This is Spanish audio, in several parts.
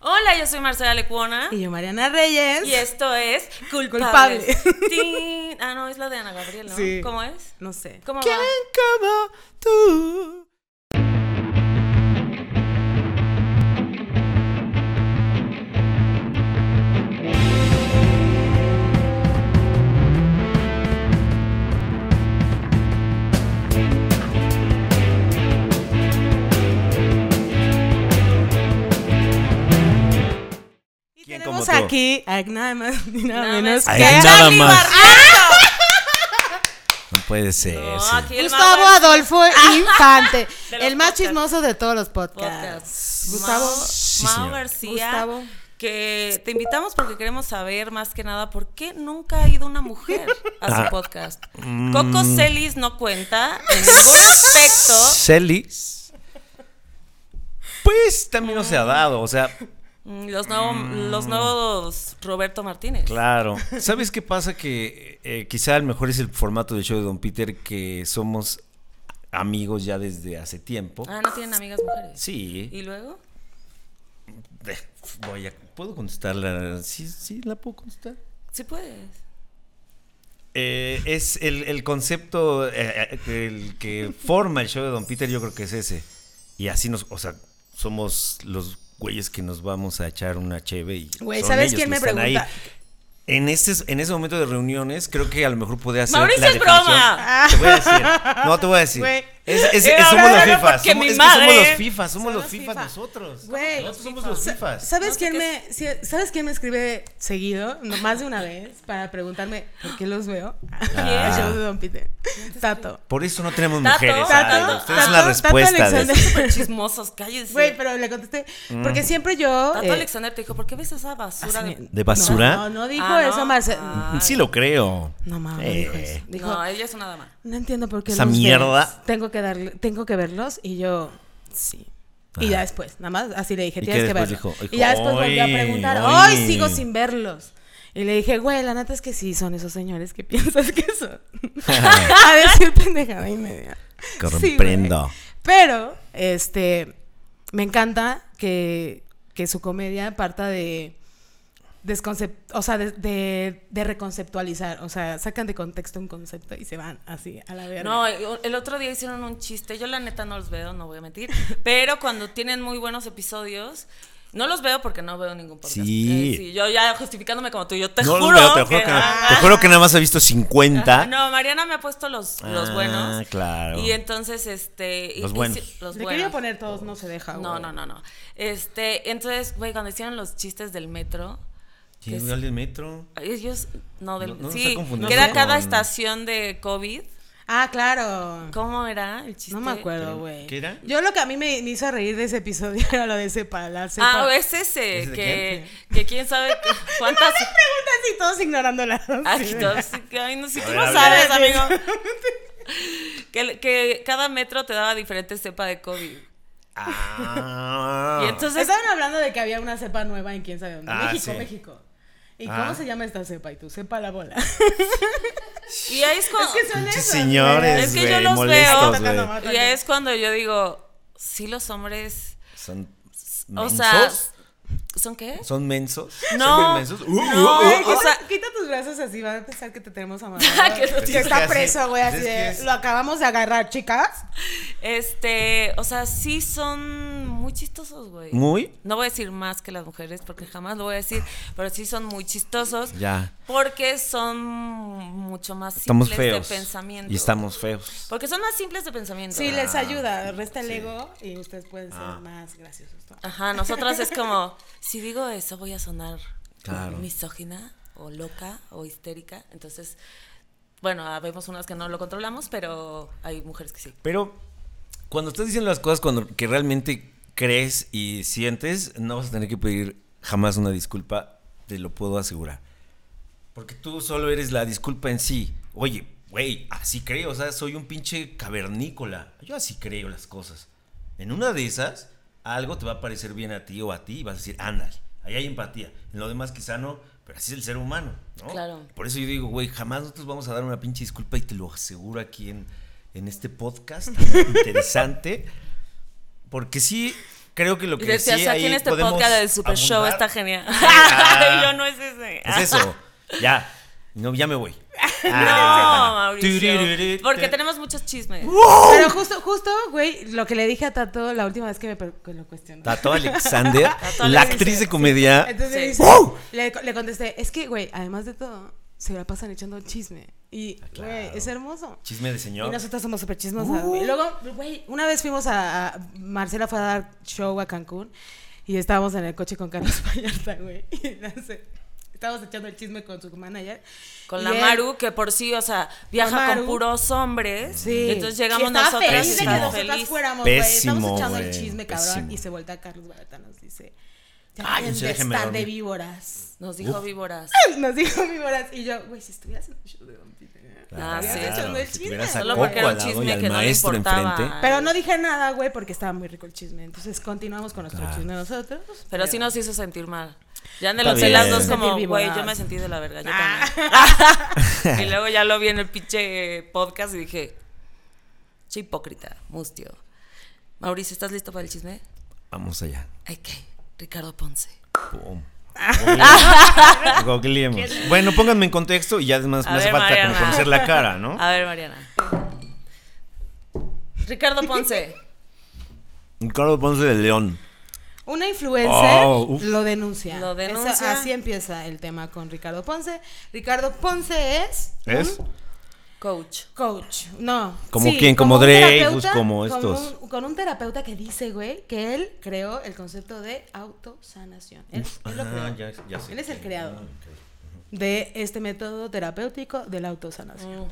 Hola, yo soy Marcela Lecuona. Y yo, Mariana Reyes. Y esto es Culpables. Tin. Ah, no, es la de Ana Gabriel, ¿no? Sí. ¿Cómo es? No sé. ¿Cómo ¿Quién va? como tú? Y ¿Quién tenemos como tú? aquí a nada más ni nada, Nada menos más Ay, que nada ¡Dani más. Barranco! No puede ser. sí. No, Oh, aquí el Gustavo más Adolfo Infante, De los el más podcasts. chismoso de todos los podcasts. podcast. Gustavo, Mao, Sí, Mao señor. García. Gustavo. Que te invitamos porque queremos saber más que nada por qué nunca ha ido una mujer a su Ah. podcast. Coco Celis no cuenta en ningún aspecto. Celis. Pues también no se ha dado, o sea, Mm, Los, nuevo- los nuevos Roberto Martínez. claro. ¿Sabes qué pasa? Que eh, quizá el mejor es el formato del show de Don Peter, que somos amigos ya desde hace tiempo. Ah, no tienen amigas mujeres. Sí. ¿Y luego? Eh, Voy a, ¿Puedo contestarla? Sí, sí, la puedo contestar. Sí puedes. Eh, es el, el concepto eh, eh, el que forma el show de Don Peter, yo creo que es ese. Y así nos, o sea, somos los güeyes que nos vamos a echar una cheve y Güey, son ¿sabes ellos quién los me que están pregunta? En, este, en ese momento de reuniones, creo que a lo mejor podría ser. ¡Mauricio la es broma! definición. Te voy a decir. No, te voy a decir. Güey. Es, es- Era es- somos los broma FIFAs. porque Somos, mi es que somos madre- los FIFAs. Somos los Somos FIFAs FIFA. nosotros. Güey. Nosotros somos los FIFAs. ¿Sabes No sé quién qué me si- sabes quién me escribe seguido, no, más de una vez, para preguntarme por qué los veo? Ah. El show de Don Peter. Tato. Por eso no tenemos Tato, mujeres. Tato, Ale. Ustedes son Tato, la Tato respuesta de Alexander. esto. Súper chismosos, cállense. Güey, pero le contesté Mm. porque siempre yo Tato eh, Alexander te dijo, ¿por qué ves esa basura? así- de- ¿De basura? No, no, no dijo Ah, ¿no? eso, Marcelo. Ah. Sí lo creo. No mames, Eh. dijo eso. Dijo, No, ella es una dama. No entiendo por qué Esa los mierda. ves. Tengo que darle, tengo que verlos y yo sí. Y ya después, nada más así le dije, Ah. ¿Y tienes qué que después verlos. dijo? Dijo, y ya después volví a "Ay, preguntar, ay". hoy sigo sin verlos. Y le dije, güey, la neta es que sí son esos señores que piensas que son. a decir pendejada y media. Sí, güey. Comprendo. Pero, este, me encanta que, que su comedia parta de desconcep- o sea, de, de- de reconceptualizar, o sea, sacan de contexto un concepto y se van así a la verga. No, el otro día hicieron un chiste. Yo la neta no los veo, no voy a mentir. Pero cuando tienen muy buenos episodios, no los veo porque no veo ningún podcast. Sí. Eh, yo ya justificándome como tú, yo te No, juro. no, no, te juro que, no. Ah, Ah. Te juro que nada más he visto 50. No, Mariana me ha puesto los, los Ah, buenos. claro. Y entonces, este. y- Los y buenos. sí, los Le quería buenos. poner todos, no se deja. No, no, no, no. Este, entonces, güey, cuando hicieron los chistes del metro, Sí, voy al del metro. ellos, no, del, No, no, sí, está confundido que era con- cada estación de COVID. Ah, claro. ¿Cómo era el chiste? No me acuerdo, güey. ¿Qué era? Yo lo que a mí me, me hizo reír de ese episodio era lo de ese palacio. Ah, es ese, ¿Ese de que, que quién sabe cu- cuántas... preguntas y todos ignorándola. Ay, no, Ah, sí, que- ay, no, si tú ver, no a ver. sabes, amigo. Que, que cada metro te daba diferente cepa de COVID. Ah. Y entonces... Estaban hablando de que había una cepa nueva en quién sabe dónde. Ah, México, sí. México. ¿Y Ah. cómo se llama esta cepa? Y tú, cepa la bola. Y ahí es cuando... que son Pinches esos, señores, Es que yo güey, los molestos, veo. güey. Y ahí es cuando yo digo, sí los hombres... Son O mensos. sea, ¿son qué? son mensos. No. ¿Son mensos? Uh, No. uh, uh. Güey, o quita, sea- quita tus brazos así, van a pensar que te tenemos amarrado. Que no que, tienes- está Es Ah, que preso, así- güey, así es que de, es- Lo acabamos de agarrar, chicas. Este, o sea, sí son muy chistosos, güey. Muy. No voy a decir más que las mujeres porque jamás lo voy a decir, pero sí son muy chistosos. Ya. Porque son mucho más Estamos simples feos. de pensamiento. Y estamos feos. Porque son más simples de pensamiento. Sí, les Ah, ayuda, resta el ego y ustedes pueden ser más graciosos. ¿no? Ah. Ajá, nosotras es como, si digo eso voy a sonar Claro. misógina o loca o histérica. Entonces, bueno, ah, vemos unas que no lo controlamos, pero hay mujeres que sí. Pero cuando estás diciendo las cosas cuando, que realmente crees y sientes, no vas a tener que pedir jamás una disculpa, te lo puedo asegurar. Porque tú solo eres la disculpa en sí. Oye, güey, así creo, o sea, soy un pinche cavernícola. Yo así creo las cosas. En una de esas, algo te va a parecer bien a ti o a ti y vas a decir, ándale, ahí hay empatía. En lo demás quizá no, pero así es el ser humano, ¿no? Claro. Por eso yo digo, güey, jamás nosotros vamos a dar una pinche disculpa y te lo aseguro aquí en, en este podcast tan interesante. Porque sí, creo que lo Y que decía, sí o sea, ahí aquí en este podemos podcast del Super Show abundar- está genial. Sí, ah, Y yo no es ese. Es eso. Ya. No, ya me voy. No, Ah. Mauricio. Tuririri. Porque tenemos muchos chismes. Pero justo, justo, güey, lo que le dije a Tato la última vez que me per- que lo cuestionó. Tato Alexander, la Alexander. actriz de comedia. Entonces me Sí. dice- le, le contesté, es que, güey, además de todo, se la pasan echando chisme. Y, güey, Ah, claro. es hermoso. Chisme de Y señor. nosotros somos súper chismosas. güey. Y Luego, güey, una vez fuimos a, a- Marcela fue a dar show a Cancún y estábamos en el coche con Carlos Vallarta, güey. Y no sé, estábamos echando el chisme con su manager. Con Y la él- Maru, que por sí, o sea, viaja con, Maru. puros hombres. Sí. Entonces Y llegamos estaba nosotros feliz de que estaba nosotras fuéramos, güey. Pésimo, Estamos echando el güey, chisme, cabrón. pésimo. Y se vuelta Carlos Vallarta nos dice, ya Ay, dejen sí, de déjenme estar de dormir. víboras. Nos dijo víboras. Nos dijo víboras. Y yo, güey, si estuvieras en el show de Don Peter. Ah, sí. echando el Si chisme. tuvieras a Solo Coco porque era al un lado y chisme al que no le maestro importaba. enfrente. Pero no dije nada, güey, porque estaba muy rico el chisme. Entonces continuamos con nuestro chisme nosotros. Pero sí nos hizo sentir mal. Ya en el Está hotel las bien. dos como, Sentir güey, yo víboras. me sentí de la verga, yo Ah. también. y luego ya lo vi en el pinche eh, podcast y dije, soy hipócrita, mustio. Mauricio, ¿estás listo para el chisme? Vamos allá. Ay, ¿qué? Ricardo Ponce. Pum. Googleemos. Googleemos. Bueno, pónganme en contexto y ya además A me hace ver, falta Mariana. como conocer la cara, ¿no? A ver, Mariana. Ricardo Ponce. Ricardo Ponce de León. Una influencer Oh, uf. lo denuncia. Lo denuncia. Eso- así empieza el tema con Ricardo Ponce. Ricardo Ponce es ¿Es? Coach. coach. No. ¿Como quién? ¿Como un Dreyfus, terapeuta, como con estos? un- con un terapeuta que dice, güey, que él creó el concepto de autosanación. Él, él lo Ah, creó. Él es el creador de este método terapéutico de la autosanación. Oh.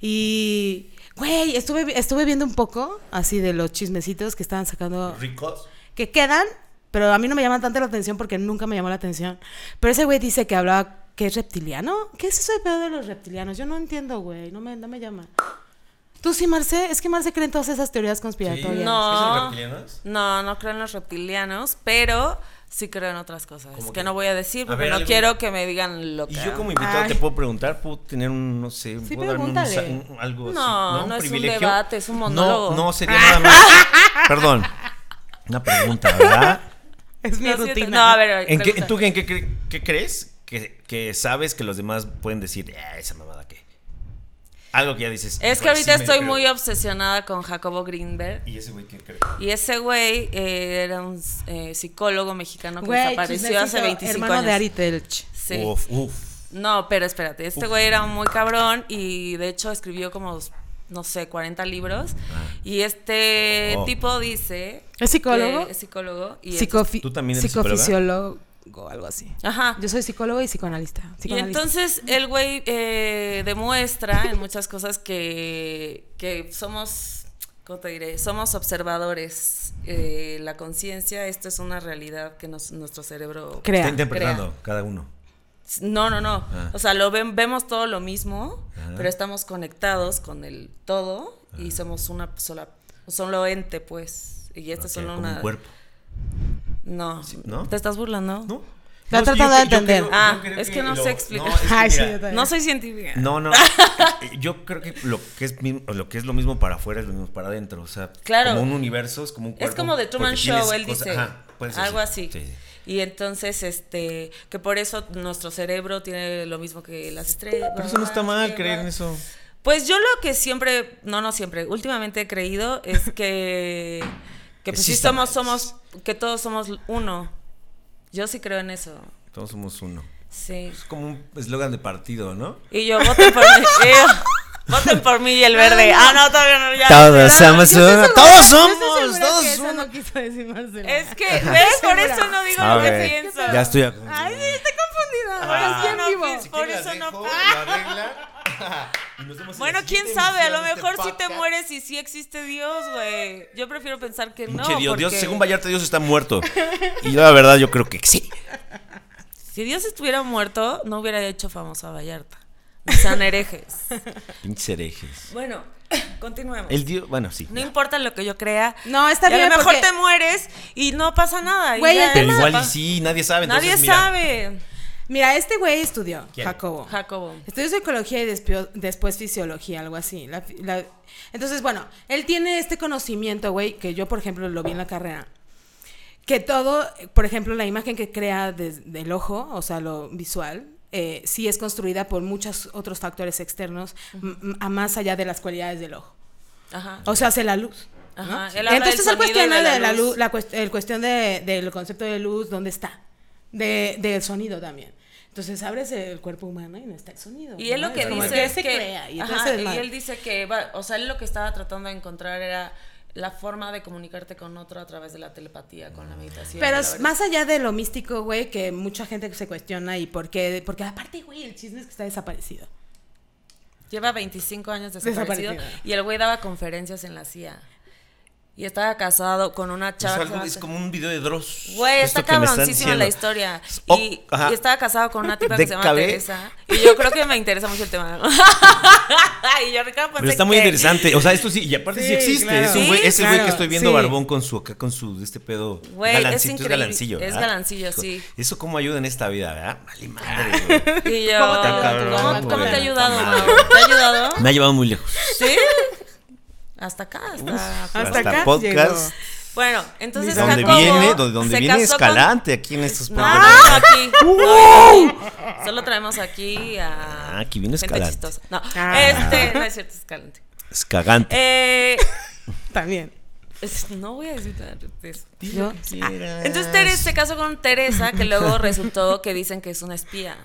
Y, güey, estuve, vi- estuve viendo un poco así de los chismecitos que estaban sacando, Ricos. que quedan, pero a mí no me llaman tanto la atención porque nunca me llamó la atención. Pero ese güey dice que hablaba que es reptiliano. ¿Qué es eso de pedo de los reptilianos? Yo no entiendo, güey, no me, no me llama. Tú sí, Marce, es que Marce cree en todas esas teorías conspiratorias. No. ¿Sí son reptilianos? No, no creo en los reptilianos, pero sí creo en otras cosas. ¿Cómo Que qué? no voy a decir A porque ver, no algo. quiero que me digan lo que. Y yo como invitado Ay. te puedo preguntar, puedo tener un, no sé, Sí, puedo darme un, pregúntale. sa- un- algo No, así. no es un debate, es un monólogo. No, no, sería nada más. Perdón. Una pregunta, ¿verdad? Es mi No, sí, rutina. No, a ver. ¿eh? ¿En qué, pregunta. ¿Tú en qué, cre- qué crees que, que sabes que los demás pueden decir, "Ah, esa mamada qué? Algo que ya dices. Es que "Híjole, ahorita sí me estoy creo". muy obsesionada con Jacobo Greenberg. ¿Y ese güey qué cree? Y ese güey eh, era un eh, psicólogo mexicano que Güey, desapareció chismecito, pues, hace 25 hermano años. de Ari Telch. Sí. Uf, uf. No, pero espérate, este Uf. güey era muy cabrón y de hecho escribió como, no sé, 40 libros. Y este Oh. tipo dice... ¿Es psicólogo? que Es psicólogo. Y Psicofi- ¿Tú también eres psicóloga? psicofisiólogo, algo así. Ajá. Yo soy psicólogo y psicoanalista. Ah. Y psicoanalista. entonces el güey eh, demuestra en muchas cosas que, que somos, ¿cómo te diré? Somos observadores. Eh, la conciencia, esto es una realidad que nos- nuestro cerebro... Crea. Está interpretando cada uno. No, no, no. Ah. O sea, lo ven, vemos todo lo mismo, Ajá. Ah. pero estamos conectados con el todo y somos una sola, solo ente, pues. Y esta Ok, es solo como una. un cuerpo. No. Sí, ¿no? ¿Te estás burlando? ¿No? Está No, es que tratando yo- de yo entender. creo- Ah, yo creo es que que no lo- sé explicar. no, es que Ay, sí, mira, yo también. No soy científica. No, no. Yo creo que lo que es mi- lo que es lo mismo para afuera es lo mismo para adentro. O sea, Claro. como un universo, es como un cuerpo. Es como The Truman porque Show, tienes él cosas- dice. ajá, puede ser, algo sí. así. Sí, sí. Y entonces, este, que por eso nuestro cerebro tiene lo mismo que las estrellas. Pero eso no está mal creer en eso. Pues yo lo que siempre, no, no siempre, últimamente he creído es que, que Que pues sí sí está somos, mal. somos, que todos somos uno. Yo sí creo en eso, Todos somos uno. sí. Es como un eslogan de partido, ¿no? Y yo, voten por mí, eh, voten por mí y el verde. Ah, no, todavía no, ya. Todos somos Yo estoy uno. segura- Todos yo estoy somos, segura todos que eso uno. no quiso decir Marcela. Es que, ¿ves? Por eso no digo A lo que ver, pienso. ya estoy. a- Ay, sí, estoy confundida. Ah. es bien No, vivo. pues, por eso no. Bueno, Bueno, quién sabe, a lo este mejor sí te mueres y sí existe Dios, güey. Yo prefiero pensar que no. Pinche Dios, Dios, porque según Vallarta, Dios está muerto. Y yo, la verdad, yo creo que sí. Si Dios estuviera muerto, no hubiera hecho famoso a Vallarta. No sean herejes. Pinches herejes. Bueno, continuemos. El Dios, bueno, sí. No importa lo que yo crea. No, está y bien, A lo mejor porque- te mueres y no pasa nada. y Güey, ya el Pero tema- igual pa- y sí, nadie sabe. Nadie entonces, mira. sabe. Mira, este güey estudió, ¿Quién? Jacobo. Jacobo. Estudió psicología y despio- después fisiología, algo así. La fi- la- Entonces, bueno, él tiene este conocimiento, güey, que yo, por ejemplo, lo vi en la carrera. que todo, por ejemplo, la imagen que crea desde el ojo, o sea, lo visual, eh, sí es construida por muchos otros factores externos, m- m- a más allá de las cualidades del ojo. Ajá. O sea, hace la luz. ¿no? Ajá, él habla Entonces del él cuestiona sonido y de de la la luz. luz, la cuest- el cuestión de- del concepto de luz, dónde está, de, del sonido también. Entonces abres el cuerpo humano y no está el sonido. Y él ¿no? lo que Es como, dice ¿qué es se que, crea? Y, ajá, entonces, y madre. él dice que, va- o sea, él lo que estaba tratando de encontrar era la forma de comunicarte con otro a través de la telepatía, con la meditación. Pero la es verdad. más allá de lo místico, güey, que mucha gente se cuestiona y por qué, porque aparte, güey, el chisme es que está desaparecido. Lleva 25 años desaparecido, Desaparecido. y el güey daba conferencias en la CIA. Y estaba casado con una Es, chava. que Pues algo- se llama- es como un video de Dross. Güey, esto está que me están cabroncísima la diciendo. historia. Oh, y, ajá. y estaba casado con una tipa que De se llama cabe- Teresa. Y yo creo que me interesa mucho el tema. y yo, Ricardo, pensé Pero está muy que- interesante. O sea, esto sí, y aparte sí, Sí, existe. claro. Es, un güey, Sí, es el güey claro, que estoy viendo sí. barbón con su acá, con su de este pedo. Güey, es galancito, es, increíble. galancillo. Es ¿verdad? galancillo, Hijo, sí. Ah. Eso cómo ayuda en esta vida, ¿verdad? Vale madre, güey. Y yo, ¿Cómo te ha ayudado, ¿cómo, güey? cómo te ha ayudado, Madre. Mau? ¿Te ha ayudado? Me ha llevado muy lejos. Sí. Hasta acá, hasta. Hasta acá podcast. Bueno, entonces Dice, Donde Jacobo viene, donde, donde se viene casó con- Escalante ¡Uh! aquí en estos No, programas. no, aquí. No, aquí. Solo traemos aquí a. Ah, aquí viene gente Escalante. chistosa. No, Ah. este, no es cierto, Escalante. Escagante. Eh, También. es- no voy a decir nada de eso. Yo- ah, Entonces Teresa se casó con Teresa, que luego resultó que dicen que es una espía.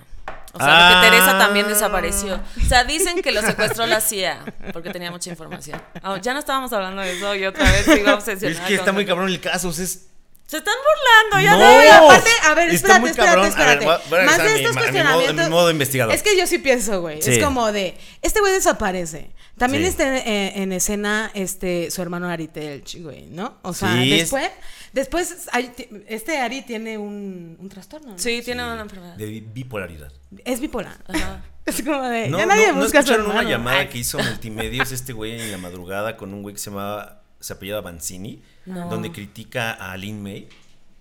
O sea, porque Ah. Teresa también desapareció. O sea, dicen que lo secuestró la CIA, porque tenía mucha información. Ah, ya no estábamos hablando de eso y otra vez sigo Es obsesionada. que está con- muy cabrón el caso. o sea, es- Se están burlando, ya No. sé. Güey, aparte, a ver, Está espérate, muy espérate, cabrón. A ver, espérate. voy a- voy a Más regresar a de mi- estos a mi modo- cuestionamientos. a mi modo investigador. Es que yo sí pienso, güey. Sí. Es como de, este güey desaparece. También Sí. está eh, en escena este su hermano Ari Telch, güey, ¿no? O sea, Sí, es- después, después hay- ti- este Ari tiene un, un trastorno. ¿no? Sí, tiene una enfermedad. De bipolaridad. Es bipolar. Ajá. Es como de, No, Eh, ya nadie no, ¿no busca a su escucharon una hermano. llamada Ay, que hizo Multimedios este güey en la madrugada con un güey que se llamaba, se apellidaba Banzini, No. donde critica a Lin May.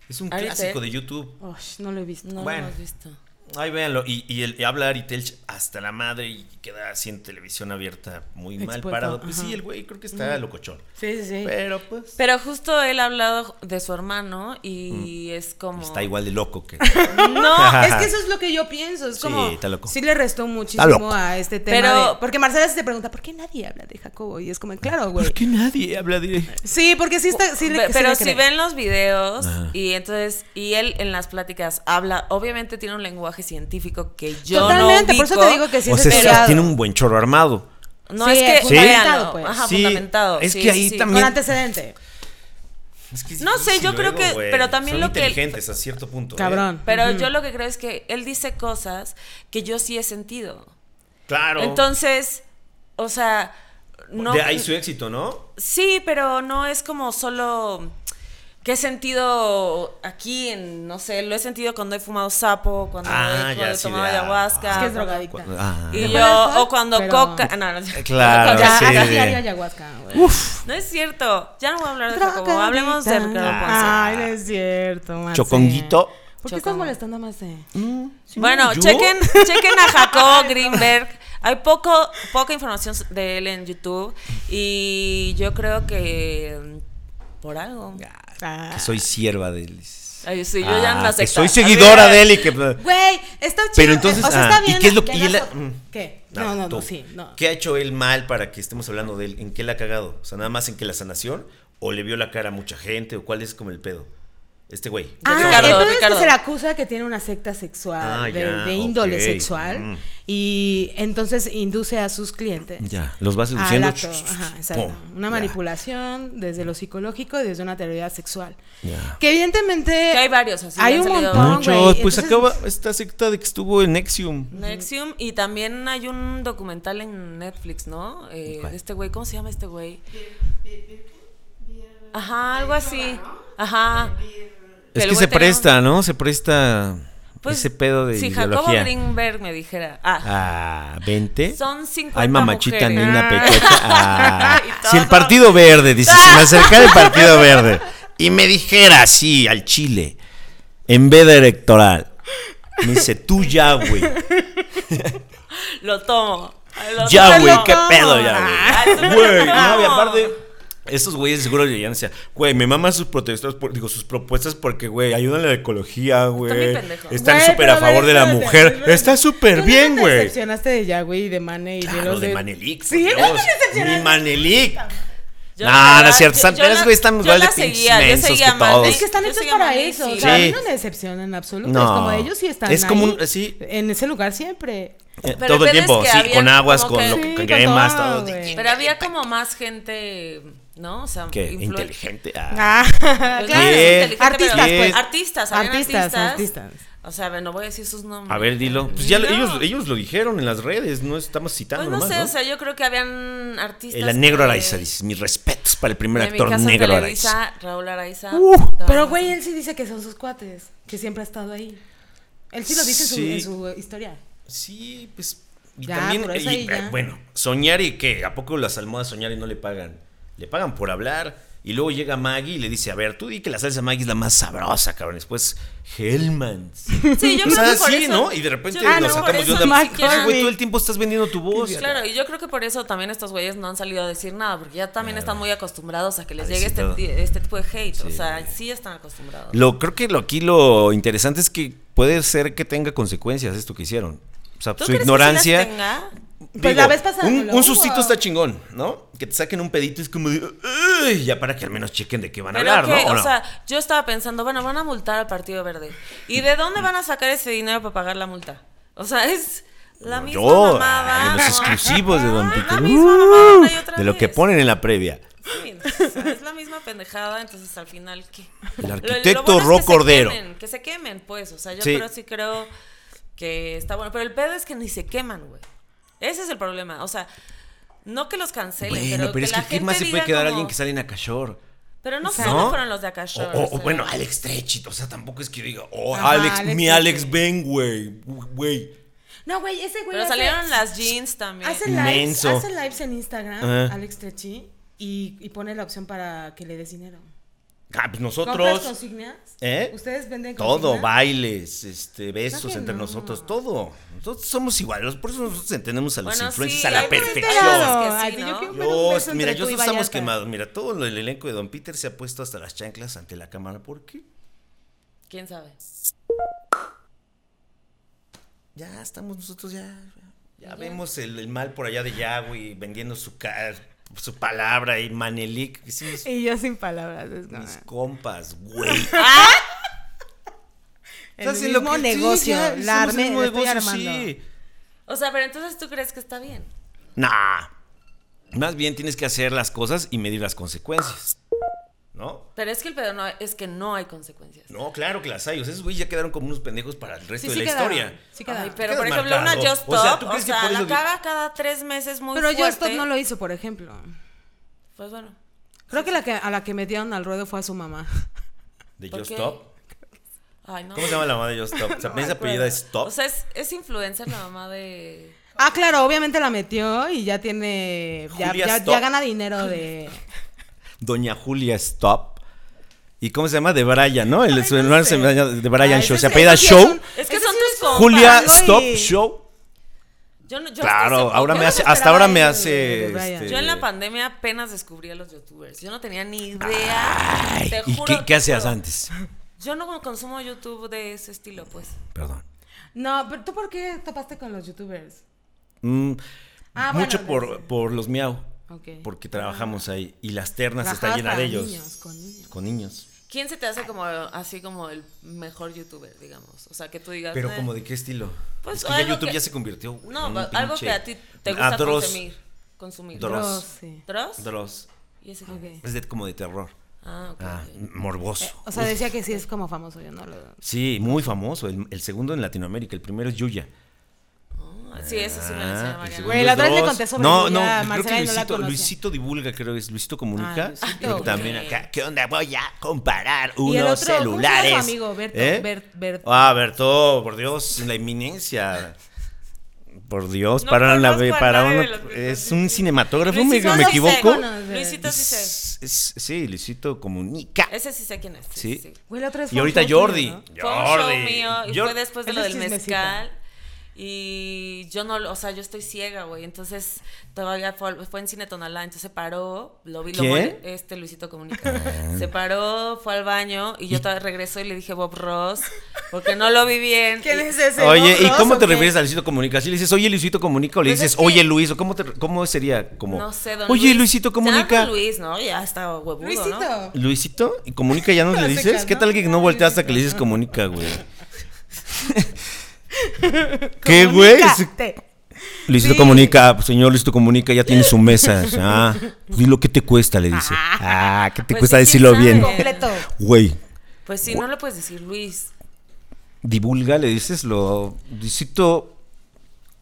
Es un Ahorita, clásico ¿eh? de YouTube. ush, no lo he visto. No Bueno. lo hemos visto. Ay, véanlo. Y, y el, y habla Ari Telch hasta la madre y queda así en televisión abierta, muy mal Expuesto, parado. Pues ajá. sí, el güey creo que está locochón. Sí, sí, sí. Pero pues. Pero justo él ha hablado de su hermano y es como. Mm. Está igual de loco que. No, es que eso es lo que yo pienso. Es Sí, como. está loco. Sí, le restó loco. muchísimo a este tema. Pero- de- porque Marcela se te pregunta, ¿por qué nadie habla de Jacobo? Y es como, claro, güey. Pues que nadie habla de. Sí, porque sí está. Este, Sí, le- Pe- sí pero le si cree. ven los videos Ajá. y entonces y él en las pláticas habla obviamente tiene un lenguaje científico que yo Totalmente, no por eso ubico. te digo que sí o es sea, estudiado. tiene un buen chorro armado. no Sí, es que véanlo, es fundamentado, pues. ajá, Sí, fundamentado es sí, que ahí sí. también- Con antecedente. Es que es No sé, difícil yo creo que- güey. pero también Son lo que el- inteligentes a cierto punto. ¿eh? Cabrón. pero yo lo que creo es que él dice cosas que yo sí he sentido Claro. entonces o sea no pues, De ahí su éxito, ¿no? Sí, pero no es como solo. ¿Qué he sentido aquí en, no sé, lo he sentido cuando he fumado sapo, cuando Ah, he, ya, cuando he sí, tomado de- ayahuasca. Es que es drogadicta. Ah. Y Mejor yo, alcohol, o cuando pero- coca. ah, No, no, no. Claro, ya, sí. así haría ayahuasca, güey. Uf. No es cierto. Ya no voy a hablar de Jacobo. pues. Hablemos de Ricardo Ah. Ponce. Ay, no es cierto, Marce. Choconguito. ¿Por qué estás Chocongo. molestando a Marce? Bueno, ¿Yo? chequen, chequen a Jacobo Greenberg. Hay poco, poca información de él en YouTube. Y yo creo que mm, por algo. Ah. Que soy sierva de Elis. Ay, sí, yo ya no la Que acepto. soy seguidora de él y que. Güey, está chido. Pero entonces, O sea, ah, está ¿y bien. qué es lo que- y hagas él- o- mm. ¿Qué? No, no, tú. no, sí, no. ¿Qué ha hecho él mal para que estemos hablando de él? ¿En qué le ha cagado? O sea, nada más en que la sanación o le vio la cara a mucha gente o cuál es como el pedo. Este güey. Ah, Ricardo, entonces que Ricardo. se le acusa de que tiene una secta sexual, Ah, de, ya, de índole ok. sexual, Mm. y entonces induce a sus clientes. Ya, los va Al seduciendo. acto, ajá, exacto. Pum, Una ya. manipulación desde lo psicológico y desde una teoría sexual. Ya. Que evidentemente. Que hay varios así, Hay han un salido montón, Muchos, güey. pues Entonces, acaba esta secta de que estuvo en Nexium. Nexium y también hay un documental en Netflix, ¿no? Eh, ¿Cuál? de este güey, ¿cómo se llama este güey? Ajá, algo así. Ajá. Es el güey que se tenía un- presta, ¿no? Se presta Pues, ese pedo de Si Jacobo ideología. Greenberg me dijera, ah, Ah, 20. son 50 Ay, mamachita, mujeres. nina pequeña. Ah, Y todos si el son- Partido Verde, dice, si me acercara el Partido Verde y me dijera así al Chile, en vez de electoral, me dice, tú ya, güey. Ah, lo tomo. Ay, lo Ya, tomo. Ah, güey, qué pedo, ya, Ay, Ah, güey. Güey, no. no, y aparte, Esos güeyes seguro llegan y decían, güey, me maman sus protestas, por- digo, sus propuestas porque, güey, ayudan a la ecología, güey. pendejos. Están Güey, súper a pero favor de la eso- mujer. eso- Está súper Tú neta bien, Te güey. decepcionaste de Yahweh y de Mane y de Claro, los de de... Manelik. por Sí, Dios. no me decepcionaste. Mi Manelik. Eh, Yo, No, la no es verdad, cierto, están- pero la- esos güeyes están yo igual de la pinches seguía, yo mensos seguía que más. todos. Es que están Yo hechos seguía para más de eso. sí. O sea, a mí Sí. no me decepciona en absoluto. No. Es como ellos sí están Es como ahí, un- sí. En ese lugar siempre. Eh, Pero Todo el el pedo es tiempo, que sí, había con aguas, como con, que- lo Sí, que, con con cremas, todo, todo. güey. Pero había como más gente, ¿no? O sea, ¿Qué? influen- Inteligente. ah. Ah, Pues no, claro. no Bien. inteligente, pero- Artistas, pues. Artistas, habían Artistas, artistas, artistas. O sea, bueno, voy a decir sus nombres. A ver, dilo. Pues ya lo- No. ellos, ellos lo dijeron en las redes, no estamos citando Pues no nomás, sé, ¿no? o sea, yo creo que habían artistas. el negro que- Araiza, dices, mis respetos para el primer de mi actor casa negro Televisa, Araiza. Raúl Araiza. Uh, Todo. pero güey, él sí dice que son sus cuates, que siempre ha estado ahí. Él sí lo dice en su- Sí. en, su, historia. Sí, pues. Y Ya, también, pero eso y, ahí eh, ya. bueno, soñar y que a poco las almohadas soñar y no le pagan. Le pagan por hablar. Y luego llega Maggie y le dice, a ver, tú di que la salsa Maggie es la más sabrosa, cabrón. Después, Hellman's. Sí, yo o creo sea, que por sí, eso- ¿no? Y de repente yo creo nos que por sacamos de eso onda. ni siquiera- Oye, güey, todo el tiempo estás vendiendo tu voz. Pues, Claro, y yo creo que por eso también estos güeyes no han salido a decir nada, porque ya también están muy acostumbrados a que les A llegue decir este, todo. ti- este tipo de hate. O Sí. sea, sí están acostumbrados. Lo, creo que lo, aquí lo interesante es que puede ser que tenga consecuencias esto que hicieron. O sea, ¿Tú su crees ignorancia. Que sí las tenga? Pues la vez pasada me un, lo un hubo. sustito está chingón, ¿no? Que te saquen un pedito es como de, "Ay", ya para que al menos chequen de qué van a Pero hablar, que, ¿no? ¿O o no? sea, yo estaba pensando, bueno, van a multar al Partido Verde. ¿Y de dónde van a sacar ese dinero para pagar la multa? O sea, es la No, misma yo, mamada. en los exclusivos de Don Pico. La misma mamada una y otra de lo que vez. ponen en la previa. Sí, o sea, es la misma pendejada, entonces al final ¿qué? El Lo- lo arquitecto bueno es Ro que se Cordero. quemen, que se quemen, pues, o sea, yo Sí. creo sí creo que está bueno, pero el pedo es que ni se queman, güey. Ese es el problema, o sea, no que los cancelen, Bueno, pero, pero es que la ¿qué gente más se puede diga quedar como- alguien que sale en Acashor? Pero no ¿No? solo fueron los de Akashor. O, o o sea. bueno, Alex Trechit, o sea, tampoco es que yo diga, oh, Ajá, Alex, Alex mi Trechit. Alex, ven, güey, güey. No, güey, ese güey. Pero hace- salieron las jeans también. Hace lives, Menso. hace lives en Instagram, Ajá. Alex Trechi, y, y pone la opción para que le des dinero. Ah, ¿Compras pues nosotros, consignas? ¿Eh? ¿Ustedes venden consignas? todo, bailes, este, besos que entre no. nosotros, todo. Nosotros somos iguales, por eso nosotros entendemos a los Bueno, influencers sí, a la hay por perfección. enterado. Claro, Es que sí, ay, yo ¿no? quiero un beso Dios, entre mira, tú y yo estamos Vallarta. quemados. Mira, todo lo- el elenco de Don Peter se ha puesto hasta las chanclas ante la cámara. ¿Por qué? ¿Quién sabe? Ya estamos nosotros, ya. Ya vemos el, el mal por allá de Yahweh vendiendo su, ca- su palabra y Manelik. que sí, mis, Y yo sin palabras. Es como- mis compas, güey. Ah, el Estás en mismo que- sí, negocio. ya, la estamos en armé, el la estoy negocio, armando. sí. O sea, pero entonces tú crees que está bien. Nah. Más bien tienes que hacer las cosas y medir las consecuencias. ¿No? Pero es que el pedo no es que no hay consecuencias. No, claro que las hay. O sea, esos güeyes ya quedaron como unos pendejos para el resto Sí, de sí la queda. historia. Sí queda. Ay, pero Quedas por ejemplo, una marcado. Just Stop, O o sea, sea, ¿tú crees que por eso la que- caga cada tres meses muy Pero yo fuerte. esto no lo hizo, por ejemplo. Pues bueno. Creo que, la que a la que metieron al ruedo fue a su mamá. De ¿Por Just qué? Stop. Ay, no. ¿Cómo se llama la mamá de Just Stop? O sea, ¿También se apellida Stop? O sea, es, es influencer la mamá de... Ah, claro, obviamente la metió y ya tiene. Ya, Julia ya, Stop. ya gana dinero de. Doña Julia Stop. ¿Y cómo se llama? De Brian, ¿no? El, su hermano se llama de Brian Ay, Show. ese- Se apellida ese sí Show. un- Es que ese son sí tus es un- compas. Julia algo y- Stop Show. Yo no, yo hasta hace Claro, poco- ahora me no hace, me hasta ahora me esperaba hace. de Brian. este- Yo en la pandemia apenas descubrí a los youtubers. Yo no tenía ni idea. Ay, te ¿Y juro, qué, te qué hacías juro. antes? Yo no consumo YouTube de ese estilo, pues. Perdón. No, pero ¿tú por qué topaste con los youtubers? Mm, Ah, mucho bueno, por, por los miau. Ok. Porque trabajamos ahí. Y las ternas está Trabajabas llena para de ellos. niños, con niños. Con niños. ¿Quién se te hace como así como el mejor youtuber, digamos? O sea, que tú digas. Pero "Eh, como de qué estilo. Pues es que ya algo YouTube que- ya se convirtió. en No, un va- algo pinche- que a ti te Ah, gusta Dross. consumir. consumir. Dross. Dross, sí. ¿Dross? Dross. ¿Y ese Ok. qué? Es de- como de terror. Ah, ok. Ah, morboso. Eh, O sea, decía que sí es como famoso, yo no lo. Sí, muy famoso. El, el segundo en Latinoamérica, el primero es Yuya. Ah, sí, ese sí me lo enseñó Ah, el Mariana. segundo Güey, la es otra vez le Dross. conté sobre No, Yuya no, a creo Marcela que y no la Luisito, conocía. Luisito divulga, creo que es Luisito Comunica. Ah, Luisito, Creo que ok. también acá. ¿Qué onda? Voy a comparar Y el otro, ¿cómo se unos llama su celulares. amigo? Berto, Bert- Berto. Ah, Berto, por Dios, la eminencia. Por Dios, No para la conozco a para nadie una- de los que es conocí. un cinematógrafo, me, Luisito me sí sé, equivoco. conoce. Luisito sí sé. Es- es- sí, Luisito Comunica. Ese sí sé quién es. Sí. Sí. sí, sí. Güey, la otra vez fue Y un ahorita show tuyo, Jordi. ¿no? Fue un show Jordi. mío y Jor- fue después de Ese lo es del chismecito. mezcal. Y yo no, o sea, yo estoy ciega, güey. Entonces, todavía fue, fue en Cine Tonalá, entonces se paró, lo vi, lo ¿Quién? vi, este Luisito Comunica. Ah. se paró, fue al baño y yo todavía regreso y le dije Bob Ross, porque no lo vi bien. ¿Quién Y- es ese? Oye, Bob ¿y Ross cómo o te qué? refieres a Luisito Comunica? ¿Si le dices, oye, Luisito Comunica? ¿O le Pues dices, es que- oye, Luis? ¿O cómo, te- cómo sería? Como, No sé, don Oye, Luis. Luisito Ya Comunica. don Luis, ¿no? Ya está huevudo, Luisito. ¿no? ¿Luisito? ¿Y Comunica ya no No le se dices? ¿Qué calma. tal que no volteas hasta que le dices Comunica, güey? ¿Qué, güey? Comunícate. Luisito Sí. Comunica, "Ah, pues, señor Luisito Comunica, ya tiene su mesa. Ah, dilo que te cuesta, le dice. Ah, ¿qué te Pues cuesta sí, ¿quién decirlo sabe? bien? Completo. Güey, Pues sí, no lo puedes decir Luis. divulga, le dices lo. Luisito.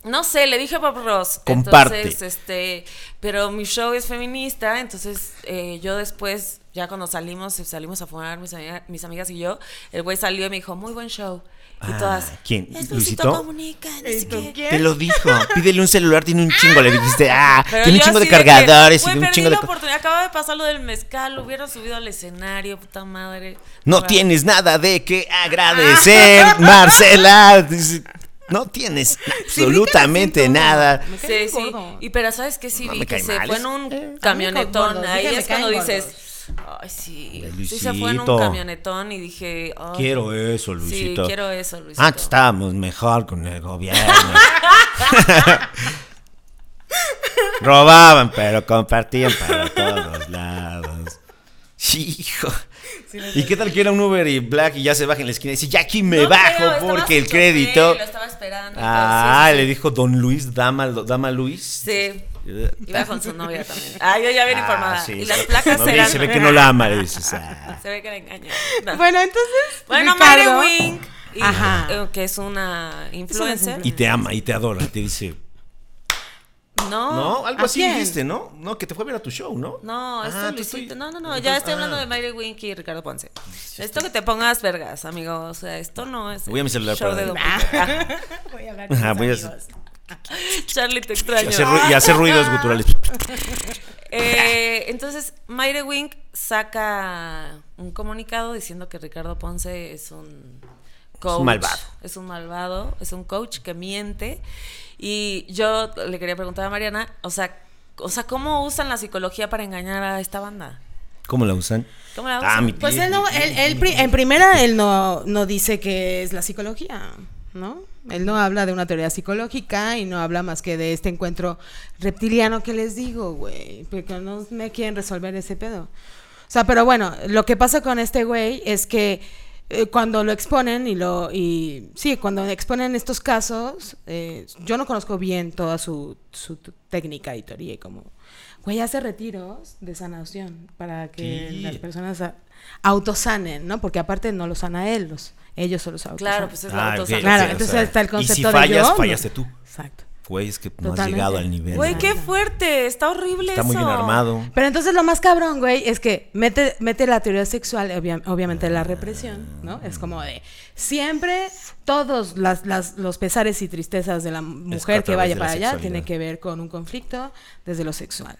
No sé, le dije a Bob Ross. Comparte. Entonces, este, pero mi show es feminista, entonces eh, yo después, ya cuando salimos, salimos a fumar, mis, amiga- mis amigas y yo, el güey salió y me dijo, muy buen show. Y Ah, todas, ¿quién? "Es Luisito, ¿Luisito? Comunica, no sé qué". Te lo dijo. Pídele un celular, tiene un chingo. Le dijiste, ah, Pero tiene un yo chingo de así que, cargadores "Güey, y de un perdí chingo de. la co- oportunidad, acaba de pasar lo del mezcal, lo hubieran subido al escenario, puta madre. No Bueno, tienes nada de qué agradecer, Marcela. Dice, No tienes absolutamente siento. nada. Me cae Sí, bien sí. gordo. Eh, Y pero sabes que sí No vi me que cae se mal, fue es- en un A mí me caen camionetón. gordos, Ahí fíjate, es me cuando caen dices, ay sí. El Sí se fue en Luisito. un camionetón y dije, ay, Quiero eso, Luisito. Sí, quiero eso, Luisito. Antes estábamos mejor con el gobierno. Robaban, pero compartían para todos lados. Hijo. ¿Y qué tal que era un Uber y Black y ya se baja en la esquina y dice, ya aquí me No bajo creo, estaba porque el sin chofer, crédito... Lo estaba esperando. y Ah, todo, le sí, dijo Don Luis, Dama, Dama Luis. sí, sí. Eh, Sí, Iba con su novia también. Ah, yo ya bien ah, informada. sí, y sí. las placas No, ve, eran. Se ve que no la ama, le dices. ah. Se ve que la engañó. No. Bueno, entonces. Bueno, Mary Ricardo- Wink, y- Ajá. eh, que es una influencer. Y te ama, y te adora, te dice... No. No, algo ¿a así quién? dijiste, ¿no? No, que te fue a ver a tu show, ¿no? No, esto Ah, tú Luisito. estoy- No, no, no. Ah, Ya estoy hablando ah. de Mary Wink y Ricardo Ponce. Esto que te pongas vergas, amigo. O sea, esto no es. Voy a mi celular show para- de Ah. Don Peter. Voy a hablar con mis Ajá, Ah, voy a- amigos. Charlie, te Y extraño. hace, ru- y hace ruidos guturales. Eh, entonces, Mayre Wink saca un comunicado diciendo que Ricardo Ponce es un coach. malvado. Es un malvado, es un coach que miente. Y yo le quería preguntar a Mariana, o sea, o sea, ¿cómo usan la psicología para engañar a esta banda? ¿Cómo la usan? ¿Cómo la Ah, usan? mi Pues pie, él, no, mi pie. él, él pri- en primera, él no, no dice que es la psicología, ¿no? Él no habla de una teoría psicológica y no habla más que de este encuentro reptiliano que les digo, güey, porque no me quieren resolver ese pedo. O sea, pero bueno, lo que pasa con este güey es que eh, cuando lo exponen y lo y sí, cuando exponen estos casos, eh, yo no conozco bien toda su, su t- técnica y teoría y como güey hace retiros de sanación para que Sí. las personas a- autosanen, ¿no? Porque aparte no los sana él, los, ellos solo se autosanan. Claro, pues es Ah, la ok, autosana. Claro, ok, o entonces sea, está el Y si concepto de fallas, yo, no. fallaste tú. Exacto. Güey, es que no has Totalmente. llegado al nivel. Güey, ¿no? qué fuerte, está horrible Está muy bien eso. armado. Pero entonces lo más cabrón, güey, es que mete, mete la teoría sexual, obvia- obviamente la represión, ¿no? Es como de siempre todos las, las- los pesares y tristezas de la que a mujer que través vaya de la para allá tiene sexualidad. que ver con un conflicto desde lo sexual.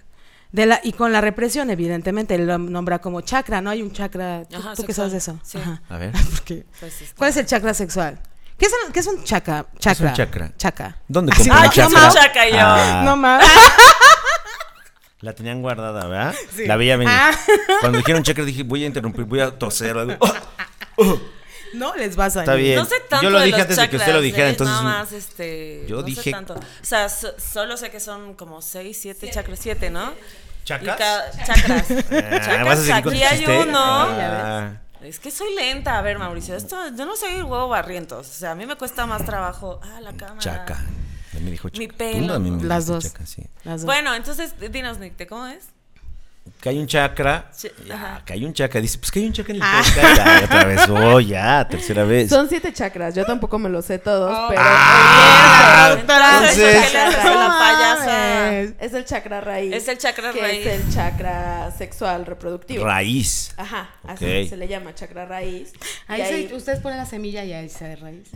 De la, y con la represión, evidentemente, él lo nombra como chakra, ¿no? Hay un chakra. ¿Tú, Ajá, tú qué sabes de eso? sexual, sí. Ajá. A ver. Porque- Pues está- ¿Cuál es el chakra sexual? ¿Qué es, un- qué es un chakra? Chakra. chakra? Chaca. ¿Dónde Así compran no, Ah. chakra? no, Ah, chaca yo. No mames. La tenían guardada, ¿verdad? Sí. La veía venir. Ah. Cuando dijeron chakra dije, voy a interrumpir, voy a toser o algo. No les vas a Está bien. No sé tanto Eh, Yo lo de dije los antes de que usted chakras, lo dijera, ¿eh? entonces- Nada más, este, Yo no sé dije- tanto. O sea, so- solo sé que son como seis, siete chakras, siete, ¿no? ¿Chacas? Y cada- chakras. Ah, Chakras, ¿Vas a seguir con tu aquí hay chiste? uno. Ah, Es que soy lenta. A ver, Mauricio, esto, yo no soy huevo barrientos. O sea, a mí me cuesta más trabajo. Ah, la cámara. chaca. Ya me dijo chaca. Mi Tú pelo. también me Las dijiste dos. chaca, Mm, sí. Las dos. Bueno, entonces, dinos, Nicte, ¿cómo es? que hay un chakra. Sí, ya, ajá. que hay un chakra. Dice, pues que hay un chakra en el podcast. Ya, ya otra vez. Oh, ya, tercera vez. Son siete chakras. Yo tampoco me los sé todos, Oh. pero Ah, Entonces, entonces- ¿qué le haces a la payasa? mames. es el chakra raíz. Es el chakra que raíz. Es el chakra sexual reproductivo. Raíz. Ajá, Ok. así se le llama chakra raíz. Y Ahí Ahí, ahí, se- ustedes ponen la semilla y ahí se de raíz.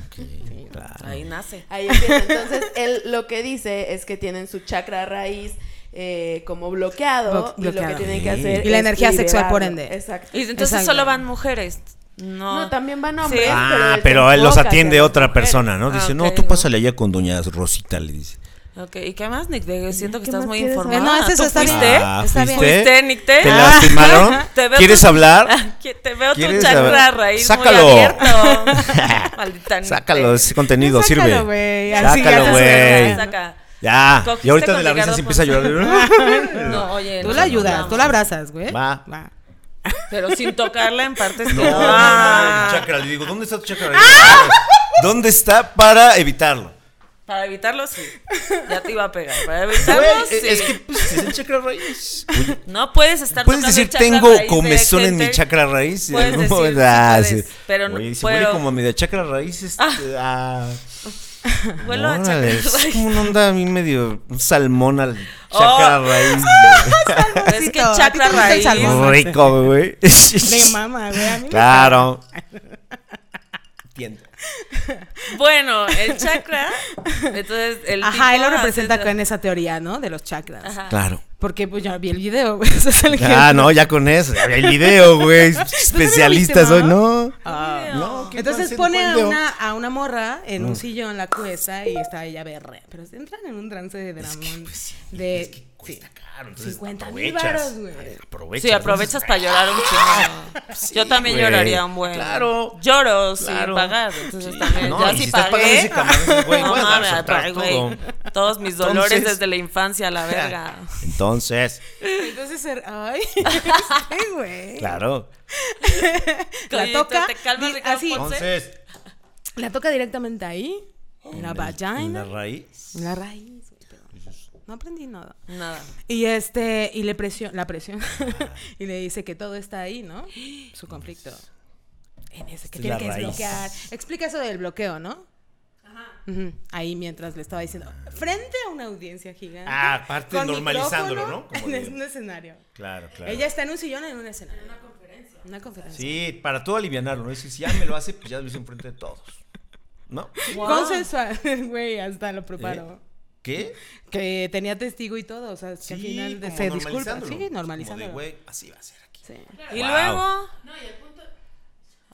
Claro. pues, Ahí nace. empieza. Entonces, él lo que dice es que tienen su chakra raíz eh, como bloqueado, Bo- y lo que bloqueado. tienen Sí. que hacer Y la es energía sexual, por liberarlo. ende. Exacto. Y entonces Exacto. solo van mujeres. No. No, también van hombres. Sí. Ah, él pero se él los enfoca hacia atiende las otra mujeres. persona, ¿no? Ah, Dice, no, ok, tú no. pásale allá con doña Rosita, le dice. Ok, ¿y qué más, Nick? Te- Siento que ¿qué estás más muy quieres informada. saber? No, es eso, ¿Tú está bien. fuiste? Ah, está fuiste. bien. ¿Fuiste, Nick? ¿Te, ¿Te lastimaron? Te veo ¿Quieres tu- hablar? Que Te veo tu ¿Quieres chakra saber? raíz Sácalo. muy abierto. Maldita Nick. Sácalo, ese contenido Sácalo, sirve. güey, así, Sácalo, así, güey. Saca. Ya. Cogiste Y ahorita con de la risa Ricardo se empieza a llorar. Ponce. No, oye. Tú no, la no, ayudas, no. tú la abrazas, güey. Va. Va. Pero sin tocarla en partes No, que- no, no, Ah, el chakra. Le digo, ¿dónde está tu chakra? ¡Ah! ¿Dónde está para evitarlo? Para evitarlo, sí. Ya te iba a pegar. Para Güey, evitarlo, sí. eh, es que pues, es el chakra raakra. No puedes estar Puedes tocando el decir, chakra tengo raíz de comezón en gente. mi chakra raíz. Puedes No, decir, sí ah, puedes, sí. pero no- Oye, si pero- huele como medio a chakra raíz. este, ah, Vuelo a chakra órale, Es raíz. Oh. como una onda a mí medio un salmón al chakra raíz. Es que Salmoncito, ¿a ti te chakra gusta raíz. el salmón? güey. Rico, güey. Me mama, güey. a mí me Claro. Entiendo. Bueno, el chakra. Entonces, el. Ajá, él tipo lo representa hace- con esa teoría, ¿no? De los chakras. Ajá. Claro. Porque pues ya vi el video, güey. Ese es el Ah, ejemplo. no, ya con eso. Ya había el video, güey. también lo Especialista viste, soy, ¿no? ¿no? Ah. No, ¿qué Entonces pasa? pone a ¿Cuándo? una, Ah. a una morra en un sillón, la cuesta, y está ella berrea. Pero se entran en un trance de dramón. de, Cuesta sí. caro, entonces 50 mil aprovechas. varos, güey. Aprovechas. Sí, aprovechas para llorar un chingo. Yo también güey. lloraría un buen. Claro. Lloro sin Claro. pagar. Entonces Sí, también. no, yo y sí si estás pagando pagué. ese camarón, dices, güey, no voy a dar mames, soltar pagué, güey. todo. Todos mis Entonces- dolores desde la infancia, la verga. Entonces, Entonces, er- ay, este Eh, güey. claro. La Oye, toca, te- te calmas, di- Ricardo así. Ponce. Entonces, La toca directamente ahí, en la en la vagina, raíz. en la raíz, güey. pero No aprendí nada. Nada. Y este, y le presión, la presión, y le dice que todo está ahí, ¿no? Su conflicto. En ese que Pues, Es tiene la que raíz. desbloquear. Explica eso del bloqueo, ¿no? Ujú. Ahí mientras le estaba diciendo, frente a una audiencia gigante. Ah, aparte con normalizándolo, micrófono ¿no? Como en de- un escenario. Claro, claro. Ella está en un sillón en un escenario. En una conferencia. Una conferencia. Sí, para tú alivianarlo, ¿no? Y Si ya me lo hace, pues ya lo hice enfrente de todos. ¿No? Consensual, güey, hasta lo preparó. ¿Eh? ¿Qué? Que tenía testigo y todo, o sea, que al final de- se disculpa. normalizándolo. Sí, Como de, normalizando. güey, así va a ser aquí. Sí. Y Wow. luego.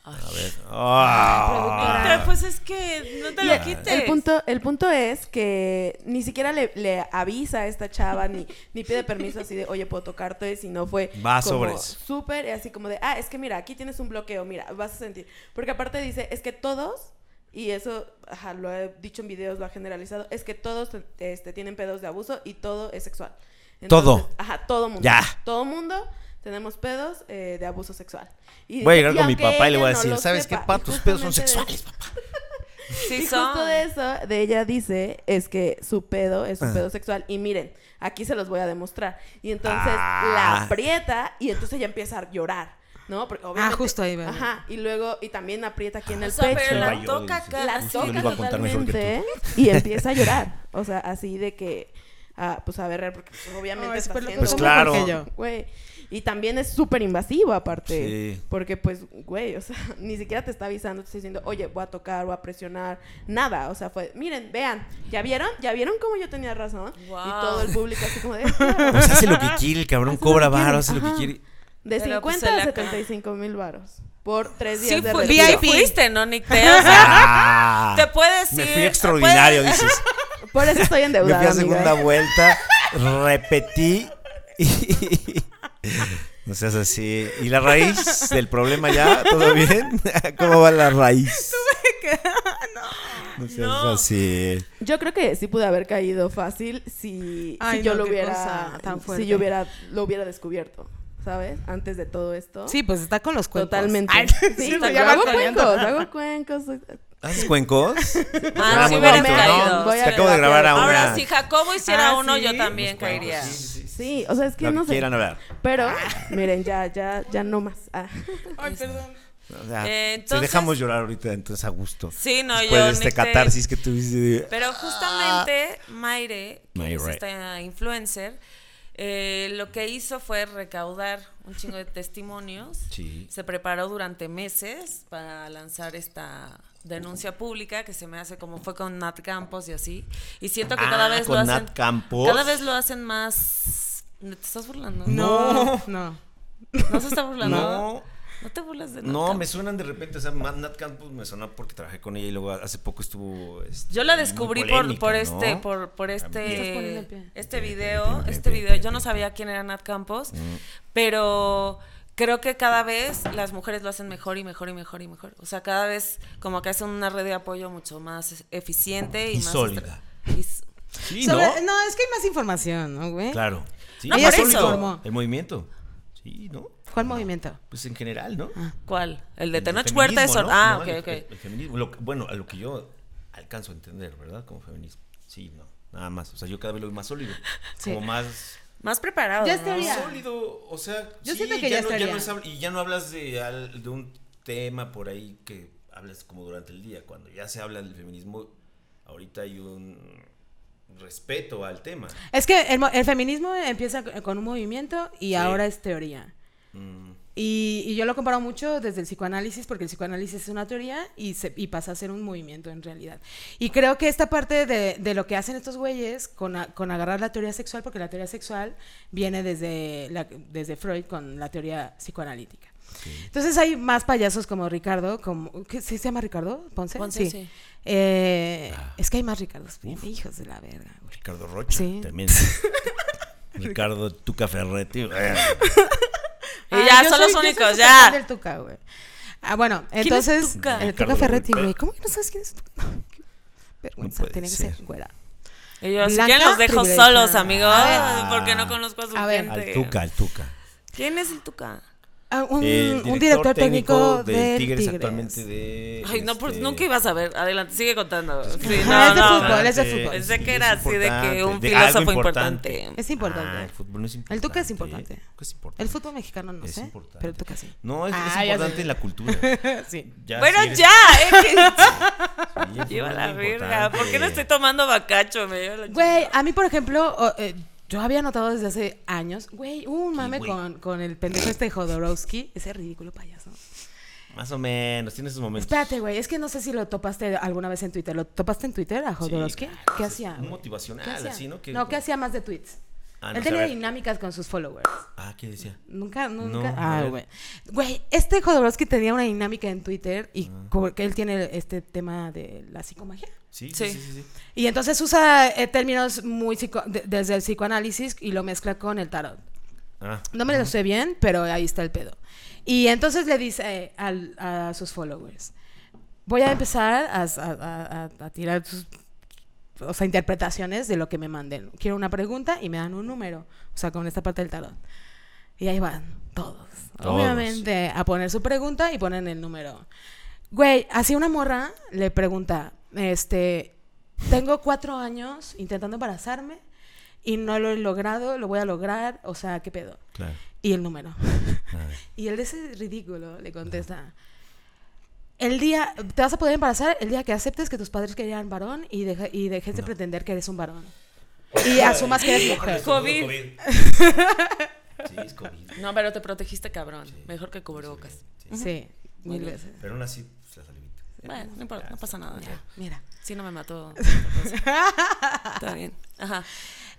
A ver. Ah. Pero pues es que no te Y lo el- quites. El punto, el punto es que ni siquiera le, le avisa a esta chava, ni, ni pide permiso así de, oye, puedo tocarte, si no fue Va como sobres. súper, así como de, ah, es que mira, aquí tienes un bloqueo, mira, vas a sentir. Porque aparte dice, es que todos, y eso ajá, lo he dicho en videos, lo ha generalizado, es que todos este, tienen pedos de abuso y todo es sexual. Todo. Ajá, todo mundo. Ya. Todo mundo tenemos pedos eh, de abuso sexual. Y Voy a dice, llegar "Y con mi aunque papá y le ella voy a pues, decir, no lo ¿sabes qué, sepa", papá? y Tus pedos son justamente de- sexuales, papá. Sí, y son. justo de eso, de ella dice, es que su pedo es Ah. un pedo sexual. Y miren, aquí se los voy a demostrar. Y entonces Ah. la aprieta y entonces ella empieza a llorar, ¿no? Porque obviamente- Ah, justo ahí va. Ajá, y luego, y también aprieta aquí en el O sea, pecho. pero Iba la yo, toca dice. acá. La sí. yo toca ¿eh? le iba a contar mejor que tú. totalmente y empieza a llorar. O sea, así de que, ah, pues a ver, porque pues, obviamente Ay, está súper haciendo- loco, Pues claro. porque yo. Güey. Y también es súper invasivo, aparte. Sí. Porque, pues, güey, o sea, ni siquiera te está avisando, te está diciendo, oye, voy a tocar, voy a presionar, nada. O sea, fue, miren, vean, ¿ya vieron? ¿Ya vieron cómo yo tenía razón? Wow. Y todo el público así como de, "Claro". Pues hace lo que quiere, el cabrón cobra quiere, varo, hace lo que ajá. quiere. de Pero, 50 pues, se a la 75 mil varos por tres días Sí, de fu- retiro. sí fuiste, ¿no, Nick? Te, o sea, Ah, te puedes ir. Me fui extraordinario, puedes- dices. Por eso estoy Me endeudada, fui a amiga, segunda ¿eh? vuelta, repetí. y- No seas así. ¿Y la raíz del problema ya? ¿Todo bien? ¿Cómo va la raíz? No seas No. así. Yo creo que sí pude haber caído fácil si, Ay, si yo no, lo qué hubiera cosa tan si fuerte. yo hubiera lo hubiera descubierto, ¿sabes? Antes de todo esto. Sí, pues está con los cuentos. totalmente. Ay, sí, está yo con hago los cuencos, cuentos. hago cuencos. soy- ¿Haces cuencos? Ah, Ah, sí muy hubieras bonito, ¿no? caído. Voy Te acabo de terapia. grabar a una- Ahora, si Jacobo hiciera Ah, uno, sí. yo también Los cuencos, caería. sí, sí, sí. Sí, o sea, es que Lo no que sé. quieran Ah. hablar. Pero miren, ya ya ya no más. Ah. Ay, perdón. O sea, Eh, te entonces- dejamos llorar ahorita, entonces a gusto. Sí, no, Después yo, de este Nick, te- catarsis que tuviste. Ah, Pero justamente Maire, que es Maire. esta influencer, eh, lo que hizo fue recaudar un chingo de testimonios. Sí. Se preparó durante meses para lanzar esta denuncia pública que se me hace como fue con Nat Campos y así. Y siento que Ah, cada vez con lo hacen. Nat Campos. Cada vez lo hacen más. ¿Te estás burlando? No, no. No se está burlando. No. No te burlas de Nat No, Campos. me suenan de repente. O sea, Ma- Nat Campos me sonó porque trabajé con ella y luego hace poco estuvo. este, Yo la muy descubrí por, polémica, por ¿no? este, por, por Estás poniendo el pie. este, este Pi, pi, video, pi, pi, este pi, video. pi, Yo no pi, sabía quién era Nat Campos, Mm. pero creo que cada vez las mujeres lo hacen mejor y mejor y mejor y mejor. O sea, cada vez como que hacen una red de apoyo mucho más eficiente y, Y más sólida. estra- y s- Sí, Sobre- ¿no? ¿no? es que hay más información, ¿no, güey? Claro. Sí, ¿eh? No, más por sólido. eso. El movimiento. Sí, ¿no? ¿Cuál movimiento? Pues en general, ¿no? ¿Cuál? Ah. El de El del Tenoch Huerta es... feminismo, or- ¿no? Ah, No, el- ok, el- ok. el feminismo. Lo que- bueno, a lo que yo alcanzo a entender, ¿verdad? Como feminismo. Sí, no. Nada más. O sea, yo cada vez lo veo más sólido. Sí. Como más Más preparado. Ya ¿no? es teoría. sólido. O sea, Yo sí, siento que ya no, estaría. no es hab- y ya no hablas de, al- de un tema por ahí que hablas como durante el día. Cuando ya se habla del feminismo, ahorita hay un respeto al tema. Es que el, mo- el feminismo empieza c- con un movimiento y ahora es teoría. Mm, Y, y yo lo comparo mucho desde el psicoanálisis, porque el psicoanálisis es una teoría y, se- y pasa a ser un movimiento en realidad. Y creo que esta parte de, de lo que hacen estos güeyes con, a- con agarrar la teoría sexual, porque la teoría sexual viene desde, la- desde Freud con la teoría psicoanalítica. Entonces hay más payasos como Ricardo, como, ¿qué, ¿sí se llama Ricardo? Ponce. Ponce, sí. Eh, Es que hay más Ricardos. Hijos de la verga. güey. Ricardo Rocha, Sí. también. Ricardo Tuca Ferretti. eh, Y Ay, ya, Ah, yo son soy- los yo soy únicos, súper ya. fan del Tuca, güey. Ah, bueno, es entonces. Tuca? El Tuca Ricardo Ferretti, Rubio. güey. ¿Cómo que no sabes quién es Tuca? Qué vergüenza, puede tenía que ser. ser güera. Y yo, si Blanca, quieren los dejo privilegiada. solos, amigos, A ver. porque no conozco a su A ver. gente. Al Tuca, al Tuca. ¿Quién es el Tuca? Ah, un, El un director técnico, de del Tigres, Tigres. actualmente de. Ay, no, pues este, nunca ibas a ver. Adelante, sigue contando. Sí, es no, de no. fútbol, es de fútbol. Pensé que Sí, era es así de que un importante, de algo filósofo importante. Es importante. Ah, el fútbol no es importante. El Tuca es importante. El Tuca es importante. El fútbol mexicano no Es sé, importante. pero el Tuca sí. No, es, es Ah, ya importante sé. en la cultura. sí. Ya, bueno, si eres- ya, eh, sí, el fútbol que lleva es la importante. verga. ¿Por qué no estoy tomando bacacho? Me lleva la Güey, a mí, por ejemplo, o- eh, yo había notado desde hace años, güey, hubo un mame güey. con, con el pendejo este Jodorowsky, ese ridículo payaso. Más o menos, tiene sus momentos. Espérate, güey, es que no sé si lo topaste alguna vez en Twitter. ¿Lo topaste en Twitter a Jodorowsky? claro, ¿Qué es hacía? un güey? motivacional, ¿Qué hacía? así, ¿no? Que- no, ¿qué hacía más de tweets? Ah, no Él sé, a tenía ver. dinámicas con sus followers. Ah, ¿qué decía? Nunca, No, nunca. a ah, ver. güey. Güey, este Jodorowsky tenía una dinámica en Twitter y Ah. co- que él tiene este tema de la psicomagia. Sí, sí, Sí. sí. sí, sí. Y entonces usa eh, términos muy psico- de- desde el psicoanálisis y lo mezcla con el tarot. Ah, No me lo sé bien, pero ahí está el pedo. Y entonces le dice eh, al- a sus followers, voy a empezar a, a- a- a tirar sus, o sea, interpretaciones de lo que me manden. Quiero una pregunta y me dan un número, o sea, con esta parte del tarot. Y ahí van todos, Todos. obviamente, a poner su pregunta y ponen el número. Güey, así una morra le pregunta, este, tengo cuatro años intentando embarazarme y no lo he logrado, lo voy a lograr, o sea, ¿qué pedo? claro. Y el número. Ah, Y el de ese ridículo le contesta, el día, te vas a poder embarazar el día que aceptes que tus padres querían varón y, deja- y dejes de pretender que eres un varón. Y asumas que eres mujer. COVID. Sí, es COVID. chingada. No, pero te protegiste, cabrón. Mejor que cubrebocas. Sí, Muy mil bien. veces. Pero aún así, pues, la salivita. Bueno, no importa, no pasa nada. Ya, mira. Sí, no me mató. Está bien. Ajá.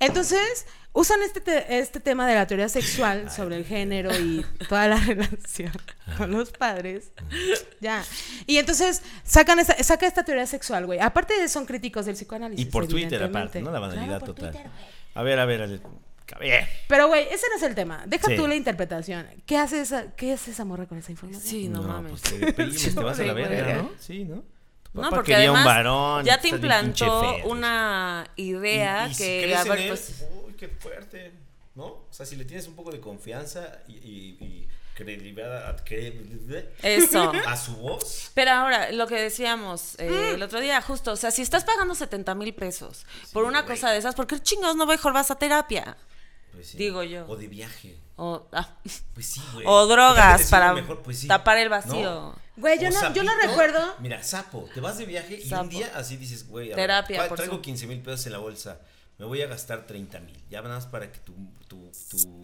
Entonces, usan este, te- este tema de la teoría sexual sobre el género y toda la relación con los padres. Ya. Y entonces, sacan esta, saca esta teoría sexual, güey. Aparte de son críticos del psicoanálisis. Y por Twitter, evidentemente. aparte, ¿no? La Claro, banalidad por total. Twitter. a ver, a ver, a ver. A ver. Pero, güey, ese no es el tema. Deja Sí. tú la interpretación. ¿Qué hace esa, qué hace esa morra con esa información? Sí, no, mames. Pues te deprimes, te vas a la Sí, güey. verga, ¿no? Sí, ¿no? Tu No, papá porque quería además un varón. ya te estás bien pinche implantó feo. una idea Y- y si que, crees a en ver, él, pues... Uy, qué fuerte, ¿no? O sea, si le tienes un poco de confianza y, y, y credibilidad, credibilidad Eso. a su voz. Pero ahora, lo que decíamos eh, Mm. el otro día, justo, o sea, si estás pagando 70 mil pesos por una güey. cosa de esas, ¿por qué chingados no mejor vas a terapia? pues sí. Digo yo. O de viaje. O, ah, Pues sí, güey. o Déjame drogas decirlo para mejor, pues sí. tapar el ¿No? vacío. Güey, yo O no, yo no sapito. recuerdo. Mira, sapo, te vas de viaje y Sapo. un día así dices, güey, a Terapia, tra- por traigo su- 15 mil pesos en la bolsa, me voy a gastar 30 mil. Ya nada más para que tu, tu, tu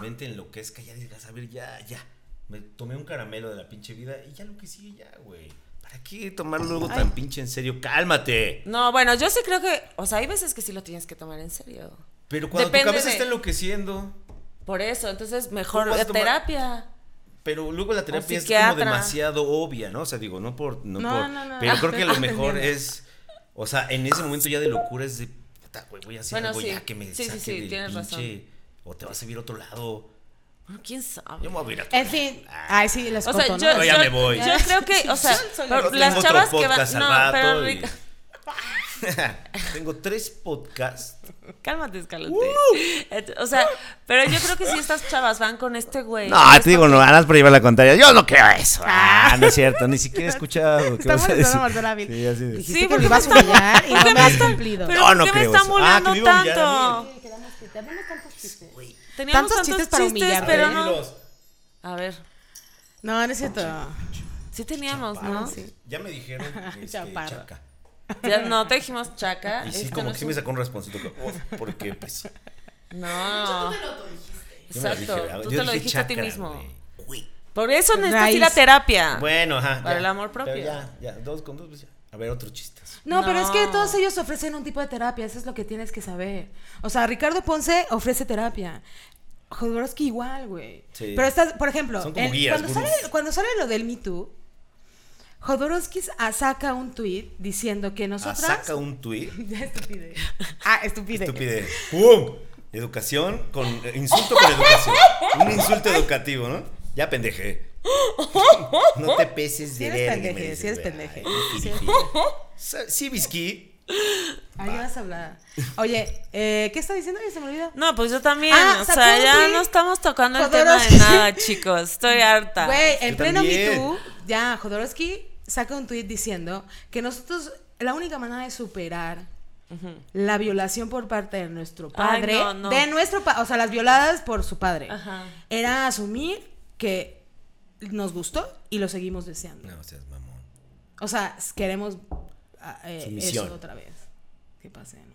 mente enloquezca, ya digas, a ver, ya, ya. Me tomé un caramelo de la pinche vida y ya lo que sigue, ya, güey. ¿Para qué tomarlo luego tan pinche en serio? ¡Cálmate! No, bueno, yo sí creo que, o sea, hay veces que sí lo tienes que tomar en serio. Pero cuando Depende tu cabeza de- está enloqueciendo, Por eso, entonces mejor vas a eh, tomar- terapia. Pero luego la terapia es como psiquiatra. demasiado obvia, ¿no? O sea, digo, no por. No, No, por no, no. pero creo que lo Ah, mejor entiendo. es. O sea, en ese momento ya de locura es de. Puta, güey, voy a hacer Bueno, algo sí. ya que me Sí, sí, saque sí, del tienes pinche- razón. O te vas a ir a otro lado. Bueno, ¿Quién Yo sabe? me voy a ir a otro En fin, ay, sí, las O sea, coto, yo, ¿no? No, ya yo- me voy. yo creo que, o sea, pero Tengo las otro chavas que van. podcast al No, rato pero y- Rick- Tengo tres podcasts. Cálmate, escalote. Et- O sea, pero yo creo que si estas chavas van con este güey. No, te digo, no, harás por llevar la contraria. Yo no creo eso. Ah, no es cierto, ni siquiera he escuchado. ¿Qué Estamos vas a empezando decir? a morder a Bill. Sí, así de- Dijiste Sí, que porque me ibas a me están- humillar y porque no me Ah, me has están- cumplido. Pero No, ¿por no qué me creo están eso. Ah, que burlando me iba a humillar a tanto? mí. Teníamos Tantos tantos, chistes chistes, para humillarte. pero no. Tranquilos. A ver, No, no es cierto. sí teníamos, ¿no? Ya me dijeron. este, Chaparro. chaca. Ya, no, te dijimos chaca. Y sí, este como no que es sí me un- sacó un responsito. como, "Uf", Porque, pues. No. yo me la dije, Exacto, a ver, tú yo te lo dije dijiste a ti chakra, mismo. güey. Ah. Uy. Por eso necesitas Raíz. ir a terapia. Bueno, ajá. Para ya. el amor propio. Pero ya, ya, dos con dos, pues ya. A ver, otro chiste. No, pero es que No. todos ellos ofrecen un tipo de terapia, eso es lo que tienes que saber. O sea, Ricardo Ponce ofrece terapia. Jodorowsky igual, güey. Sí. Pero estás, por ejemplo, Son como el- guías, cuando, sale, gurús. cuando sale lo del Me Too, Jodorowsky a- saca un tweet diciendo que Ah, nosotras... Saca un tuit. Ya estupide. Ah, estupide. Estupidez. ¡Pum! Educación con. eh, Insulto con educación. Un insulto educativo, ¿no? Ya pendeje. No te peses Sí de eres verga. pendeje, me dices, sí eres güey. pendeje. Ay, sí, sí. Sí, Bisky. Ahí vas a hablar. Oye, eh, ¿qué está diciendo? Ya se me olvidó. No, pues yo también. Ah, o sea, sacó un ya tweet. no estamos tocando el tema Jodorowsky. de nada, chicos. Estoy harta. Güey, yo en pleno Me Ah, también. Too, ya Jodorowsky saca un tuit diciendo que nosotros, la única manera de superar la violación por parte de nuestro padre, no, no. de nuestro pa- o sea, las violadas por su padre, Ajá. era asumir que nos gustó y lo seguimos deseando. No seas mamón. O sea, s- queremos ah, eh, Sumisión. eso otra vez. Que pase, ¿no?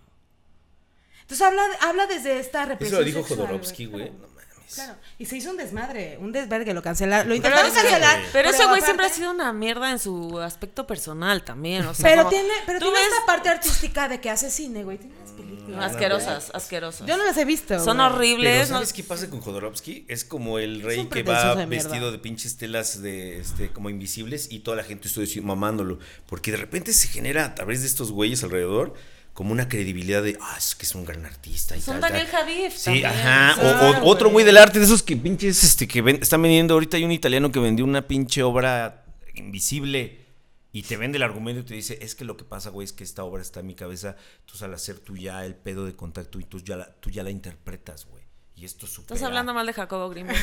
Entonces habla, habla desde esta Eso represión. lo dijo sexual, Jodorowsky, güey. Claro. No mames. Claro, y se hizo un desmadre, un desvergue, lo cancelaron, lo Pero, intentaron ese- cancelar. pero ese güey siempre ha aparte- sido una mierda en su aspecto personal también. O sea, Pero como- tiene, pero tú tiene ves esta parte artística de que hace cine, güey, tiene unas películas. asquerosas, asquerosas. Yo no las he visto. Son güey. Pero horribles. no- ¿sabes qué pasa con Jodorowsky? Es como el rey un que pretencioso va de mierda. vestido de pinches telas de, este, como invisibles y toda la gente estoy así mamándolo. Porque de repente se genera a través de estos güeyes alrededor como una credibilidad de, ah, es que es un gran artista. Y Es un tal, tal". Daniel Javif Sí, también, ajá. o O, sea, o- otro güey del arte, de esos que pinches, este, que ven- están vendiendo. Ahorita hay un italiano que vendió una pinche obra invisible. Y te vende el argumento y te dice, es que lo que pasa, güey, es que esta obra está en mi cabeza. Entonces, al hacer tú ya el pedo de contacto y tú ya la, tú ya la interpretas, güey. Y esto supera. Ah, Estás hablando mal de Jacobo Grimm. Pero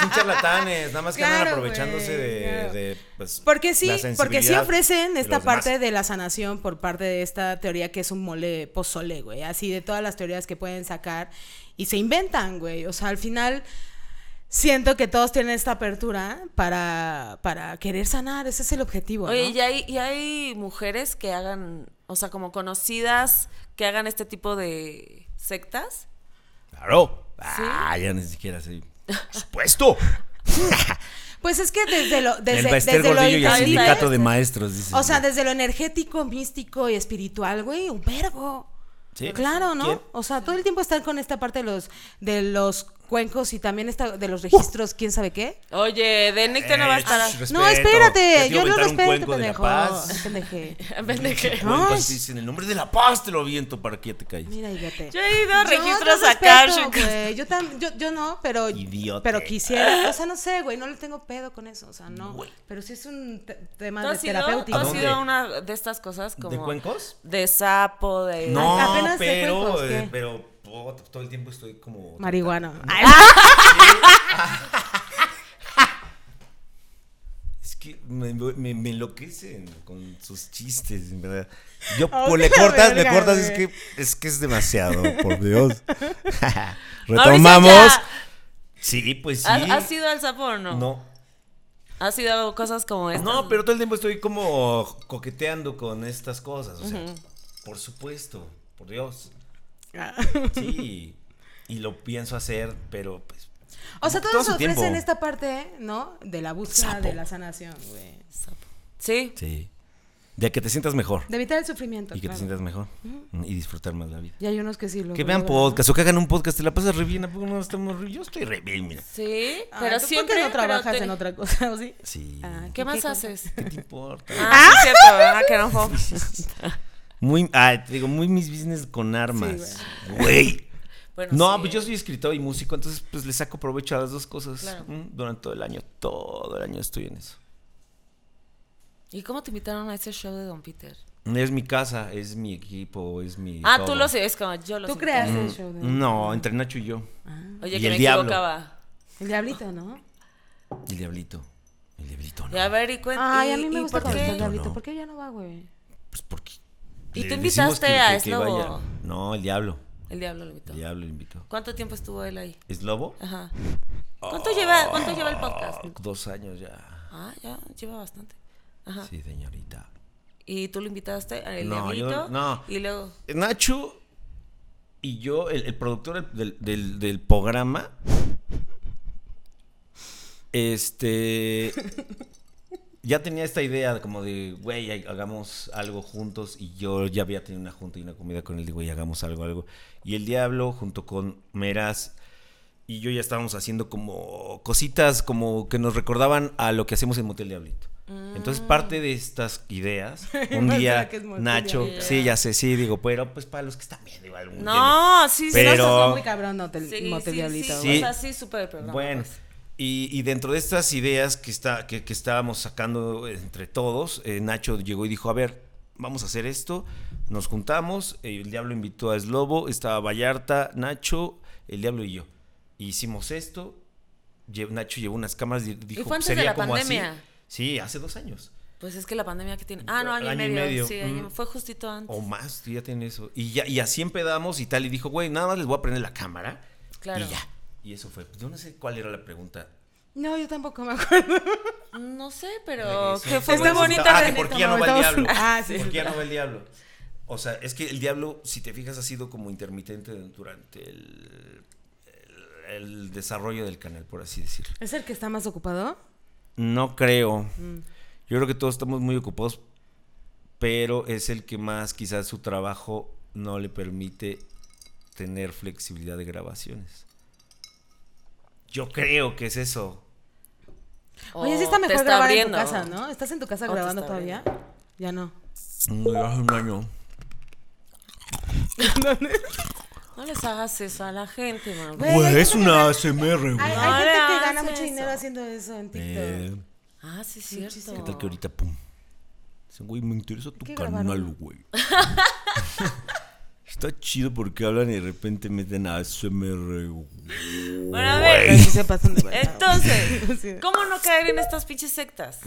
son charlatanes, nada más que andan Claro, aprovechándose güey, de, claro. de, pues, Porque sí, la porque sí sensibilidad ofrecen de esta los demás. parte de la sanación por parte de esta teoría que es un mole pozole, güey. Así de todas las teorías que pueden sacar y se inventan, güey. O sea, al final siento que todos tienen esta apertura para, para querer sanar. Ese es el objetivo. Oye, ¿no? ¿y hay, y hay mujeres que hagan, o sea, como conocidas, que hagan este tipo de sectas? Claro. Ah, ya ni siquiera así. Por supuesto. Pues es que desde lo, desde, el Bester desde lo Gordillo y intangible- el intangible- sindicato de maestros, dice. O sea, desde lo energético, místico y espiritual, güey, un vergo. Sí. Claro, ¿no? ¿Quién? O sea, todo el tiempo están con esta parte de los, de los cuencos y también esta, de los registros, quién sabe qué. Oye, de Nicte no va a estar. a- Eh, no, espérate, yo lo respeto, de la pendejo. paz. pendeje. Pendeje. Cuenco, Ay. así dice, Pues, en el nombre de la paz te lo aviento para que ya te calles. Mira, fíjate. Yo he ido a No, registros te a respeto, Karshuk. güey. Yo, tam- yo, yo no, pero, Idiote. pero quisiera. O sea, no sé, güey, no le tengo pedo con eso. O sea, no. Pero sí es un te- tema ¿Tú de has sido, terapéutico. tú has ¿A sido dónde? una de estas cosas como. ¿De cuencos? De sapo, de. No, apenas de pero, cuencos, eh, ¿qué? pero puta, todo el tiempo estoy como... Marihuana. Es que me, me, me enloquecen con sus chistes, en verdad. Yo Ah, pues, de le la cortas, le verga, cortas, es güey. que es que es demasiado, por Dios. Mauricio, Retomamos. ya. Sí, pues sí. ¿Has, has ido al sapo o no? No. ¿Has sido cosas como estas? No, pero todo el tiempo estoy como coqueteando con estas cosas, o sea, por supuesto, por Dios. Sí. Y lo pienso hacer, pero pues O sea, Todo todos su ofrecen tiempo. esta parte, ¿no? De la búsqueda Sapo. de la sanación, güey. Sí. sí. De que te sientas mejor. De evitar el sufrimiento. Y que te claro. sientas mejor. Y disfrutar más la vida. Y hay unos que sí lo Que vean logran, ¿no? podcast o que hagan un podcast. Te la pasas re bien. ¿A Ah. poco no estamos re- Yo estoy re bien, mira. Sí, Ay, pero Ah, ¿tú por qué siempre. no pero trabajas te- en otra cosa, ¿o sí? Sí. Ah, ¿Qué más cosa? haces? ¿Qué te importa? Ah, sí, es cierto, ¿verdad? Que no fue- Muy, ah, te digo, muy mis business con armas. Güey. Bueno, No, sí. pues yo soy escritor y músico, entonces pues le saco provecho a las dos cosas. Claro. Mm, Durante todo el año, todo el año estoy en eso. ¿Y cómo te invitaron a ese show de Don Peter? Es mi casa, es mi equipo, es mi. Ah, todo. tú lo sabes como yo lo Tú sé. creas el show. de- Mm, No, entre Nacho y yo. Oye, Y que el me diablo. equivocaba. El diablito, ¿no? Y El diablito. El diablito, Y no. a ver, y cuenta. Ay, a mí me gusta por cuando está el qué? diablito. No. ¿Por qué ya no va, güey? Pues porque. ¿Y le tú decimos invitaste que- que- a que Slobo? vaya. No, el diablo. El diablo lo invitó. El diablo lo invitó. ¿Cuánto tiempo estuvo él ahí? ¿Es lobo? Ajá. ¿Cuánto, Oh. lleva, ¿Cuánto lleva el podcast? Dos años ya. Ah, ya, lleva bastante. Ajá. Sí, señorita. ¿Y tú lo invitaste al No, yo- diablito? no. Y luego, Nacho y yo, el, el productor del, del- del programa. Este. Ya tenía esta idea de como de, güey, hay- hagamos algo juntos. Y yo ya había tenido una junta y una comida con él. Digo, güey, hagamos algo, algo. Y el Diablo, junto con Meraz y yo, ya estábamos haciendo como cositas como que nos recordaban a lo que hacemos en Motel Diablito. Entonces, parte de estas ideas, un Mm. Pensaba día que es Motel Nacho, Diablito. sí, ya sé, sí, digo, pero pues para los que están viendo, igual. algún día- no, sí, sí. Pero... Pero- Eso es muy cabrón, no, el Sí, sí, mote sí, diablito. sí, güey. O sea, sí, súper el programa. Bueno, pues. y, y dentro de estas ideas que, está, que, que estábamos sacando entre todos, eh, Nacho llegó y dijo, a ver, vamos a hacer esto, nos juntamos, eh, el diablo invitó a Slobo, estaba Vallarta, Nacho, el diablo y yo. Hicimos esto, lle- Nacho llevó unas cámaras y dijo, fue antes de sería la como así. pandemia? Sí, hace dos años. Pues es que la pandemia que tiene. Ah, no, Al año, Mm, año y y medio. medio, Sí, año- mm. fue justito antes. O más, tú ya tienes eso. Y, ya, y así empedamos y tal. Y dijo, güey, nada más les voy a prender la cámara. Claro. Y ya. Y eso fue. Yo no sé cuál era la pregunta. No, yo tampoco me acuerdo. Oh. No sé, pero Regresó. que fue Está muy bonito. Ah, que René, por qué como- ya no va el Estamos- diablo. Ah, sí. ¿Por qué ya no va el diablo? O sea, es que el diablo, si te fijas, ha sido como intermitente durante el, el- el desarrollo del canal, por así decirlo. ¿Es el que está más ocupado? No creo. Yo creo que todos estamos muy ocupados, pero es el que más quizás su trabajo no le permite tener flexibilidad de grabaciones. Yo creo que es eso. o Oye, sí está te mejor está grabar abriendo. en tu casa, ¿no? ¿Estás en tu casa O te grabando está todavía? Ya no. Hace un año. No les hagas eso a la gente, man. Güey, Pues hay gente que gana- ASMR, No Hay, hay gente le que gana hagas mucho dinero eso. haciendo eso en TikTok. Eh, Ah, sí, es cierto. ¿Qué tal que ahorita, pum? Dicen, güey, me interesa tu que grabar canal, uno. güey. Está chido porque hablan y de repente meten a ASMR, güey. Bueno, a ver. Pero sí se pasan de verdad. Sí. Entonces, ¿cómo no caer en estas pinches sectas?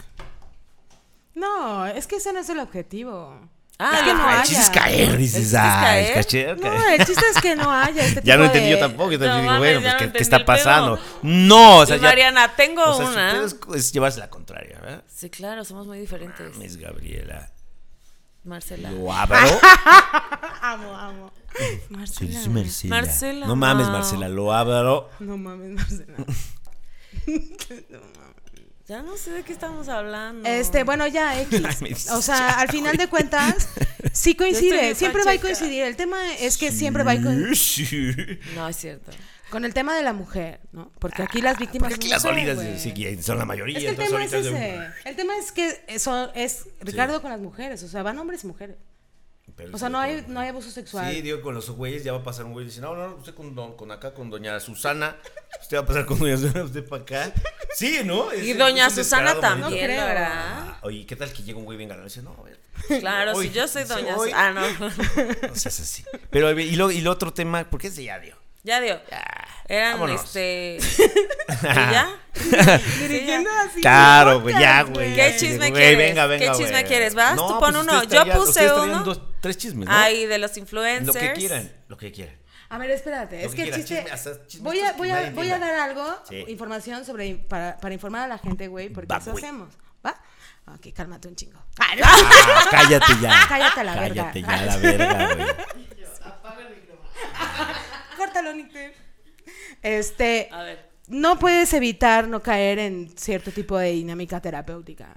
No, es que ese no es el objetivo. Ah, es que no el El haya. chiste es caer, dices, chiste es ah, es caer". caché, No, el chiste es que no haya este Ya tipo no de- entendí yo tampoco, yo No también digo, mames, bueno, ya no pues, ¿qué, qué entendí está el pedo. pasando? No, o sea, Y ya- pues, Mariana, tengo o sea, su una. pedo es, es llevarse la contraria, ¿verdad? Sí, claro, somos muy diferentes. Mames, Gabriela, Marcela. lo abro. Amo, amo. Se Marcela. dice Marcela. Marcela, No mames, wow. Marcela, lo abro. No mames, Marcela. Ya no sé de qué estamos hablando. Este, bueno, ya me dices, X. O sea, al final de cuentas, sí Yo estoy coincide. bien Siempre va a pacheca. coincidir. El tema es que siempre va Pues a coincidir. Sí. No, es cierto. Con el tema de la mujer, ¿no? Porque aquí las víctimas. Porque aquí son las mujeres, güey. sólidas sí, que son la mayoría. Es que el entonces tema es ahorita ese. El tema es que eso es Ricardo con las mujeres. O sea, van hombres y mujeres. Pero O sea, sí, no hay, pero- no hay abuso sexual. Sí, digo, con los güeyes ya va a pasar un güey y dice, no, no, usted con, don- con acá, con doña Susana, usted va a pasar con doña Susana, usted para acá. Sí, ¿no? Es- Y es doña un Susana descarado, también, No manito. creo. lo hará. Ah, Oye, ¿qué tal que llega un güey bien ganado? Y dice, no, a ver. Claro, Hoy, si yo soy dice, doña. hoy. Ah, no. O sea, es así. Pero, a ver, y lo, y lo otro tema, ¿por qué ese ya dio? Ya dio. Eran vámonos. este. ¿Y ya? Sí, ya. Dirigiendo así. Ah, Claro, güey, ya, güey. ¿Qué ya, chisme güey, quieres? Venga, venga, ¿Qué chisme güey. quieres? ¿Vas? Tú pon pues uno. ustedes Yo traían- puse ustedes traían uno. dos- tres chismes, ¿no? Ay, de los influencers. Lo que quieran, lo que quieran. A ver, espérate. Lo Es que que el quieras, chiste. chisme, hasta chismes voy, a, que voy, nadie a, voy a entienda. dar algo, Sí. información sobre. Para, para informar a la gente, güey, porque Va, eso güey. hacemos. ¿Va? Ok, cálmate un chingo. Ah, no. Ah, cállate ya. Cállate a la Cállate verga. ya la verga, güey. Córtalo, Nicter. Este. A ver. no puedes evitar no caer en cierto tipo de dinámica terapéutica.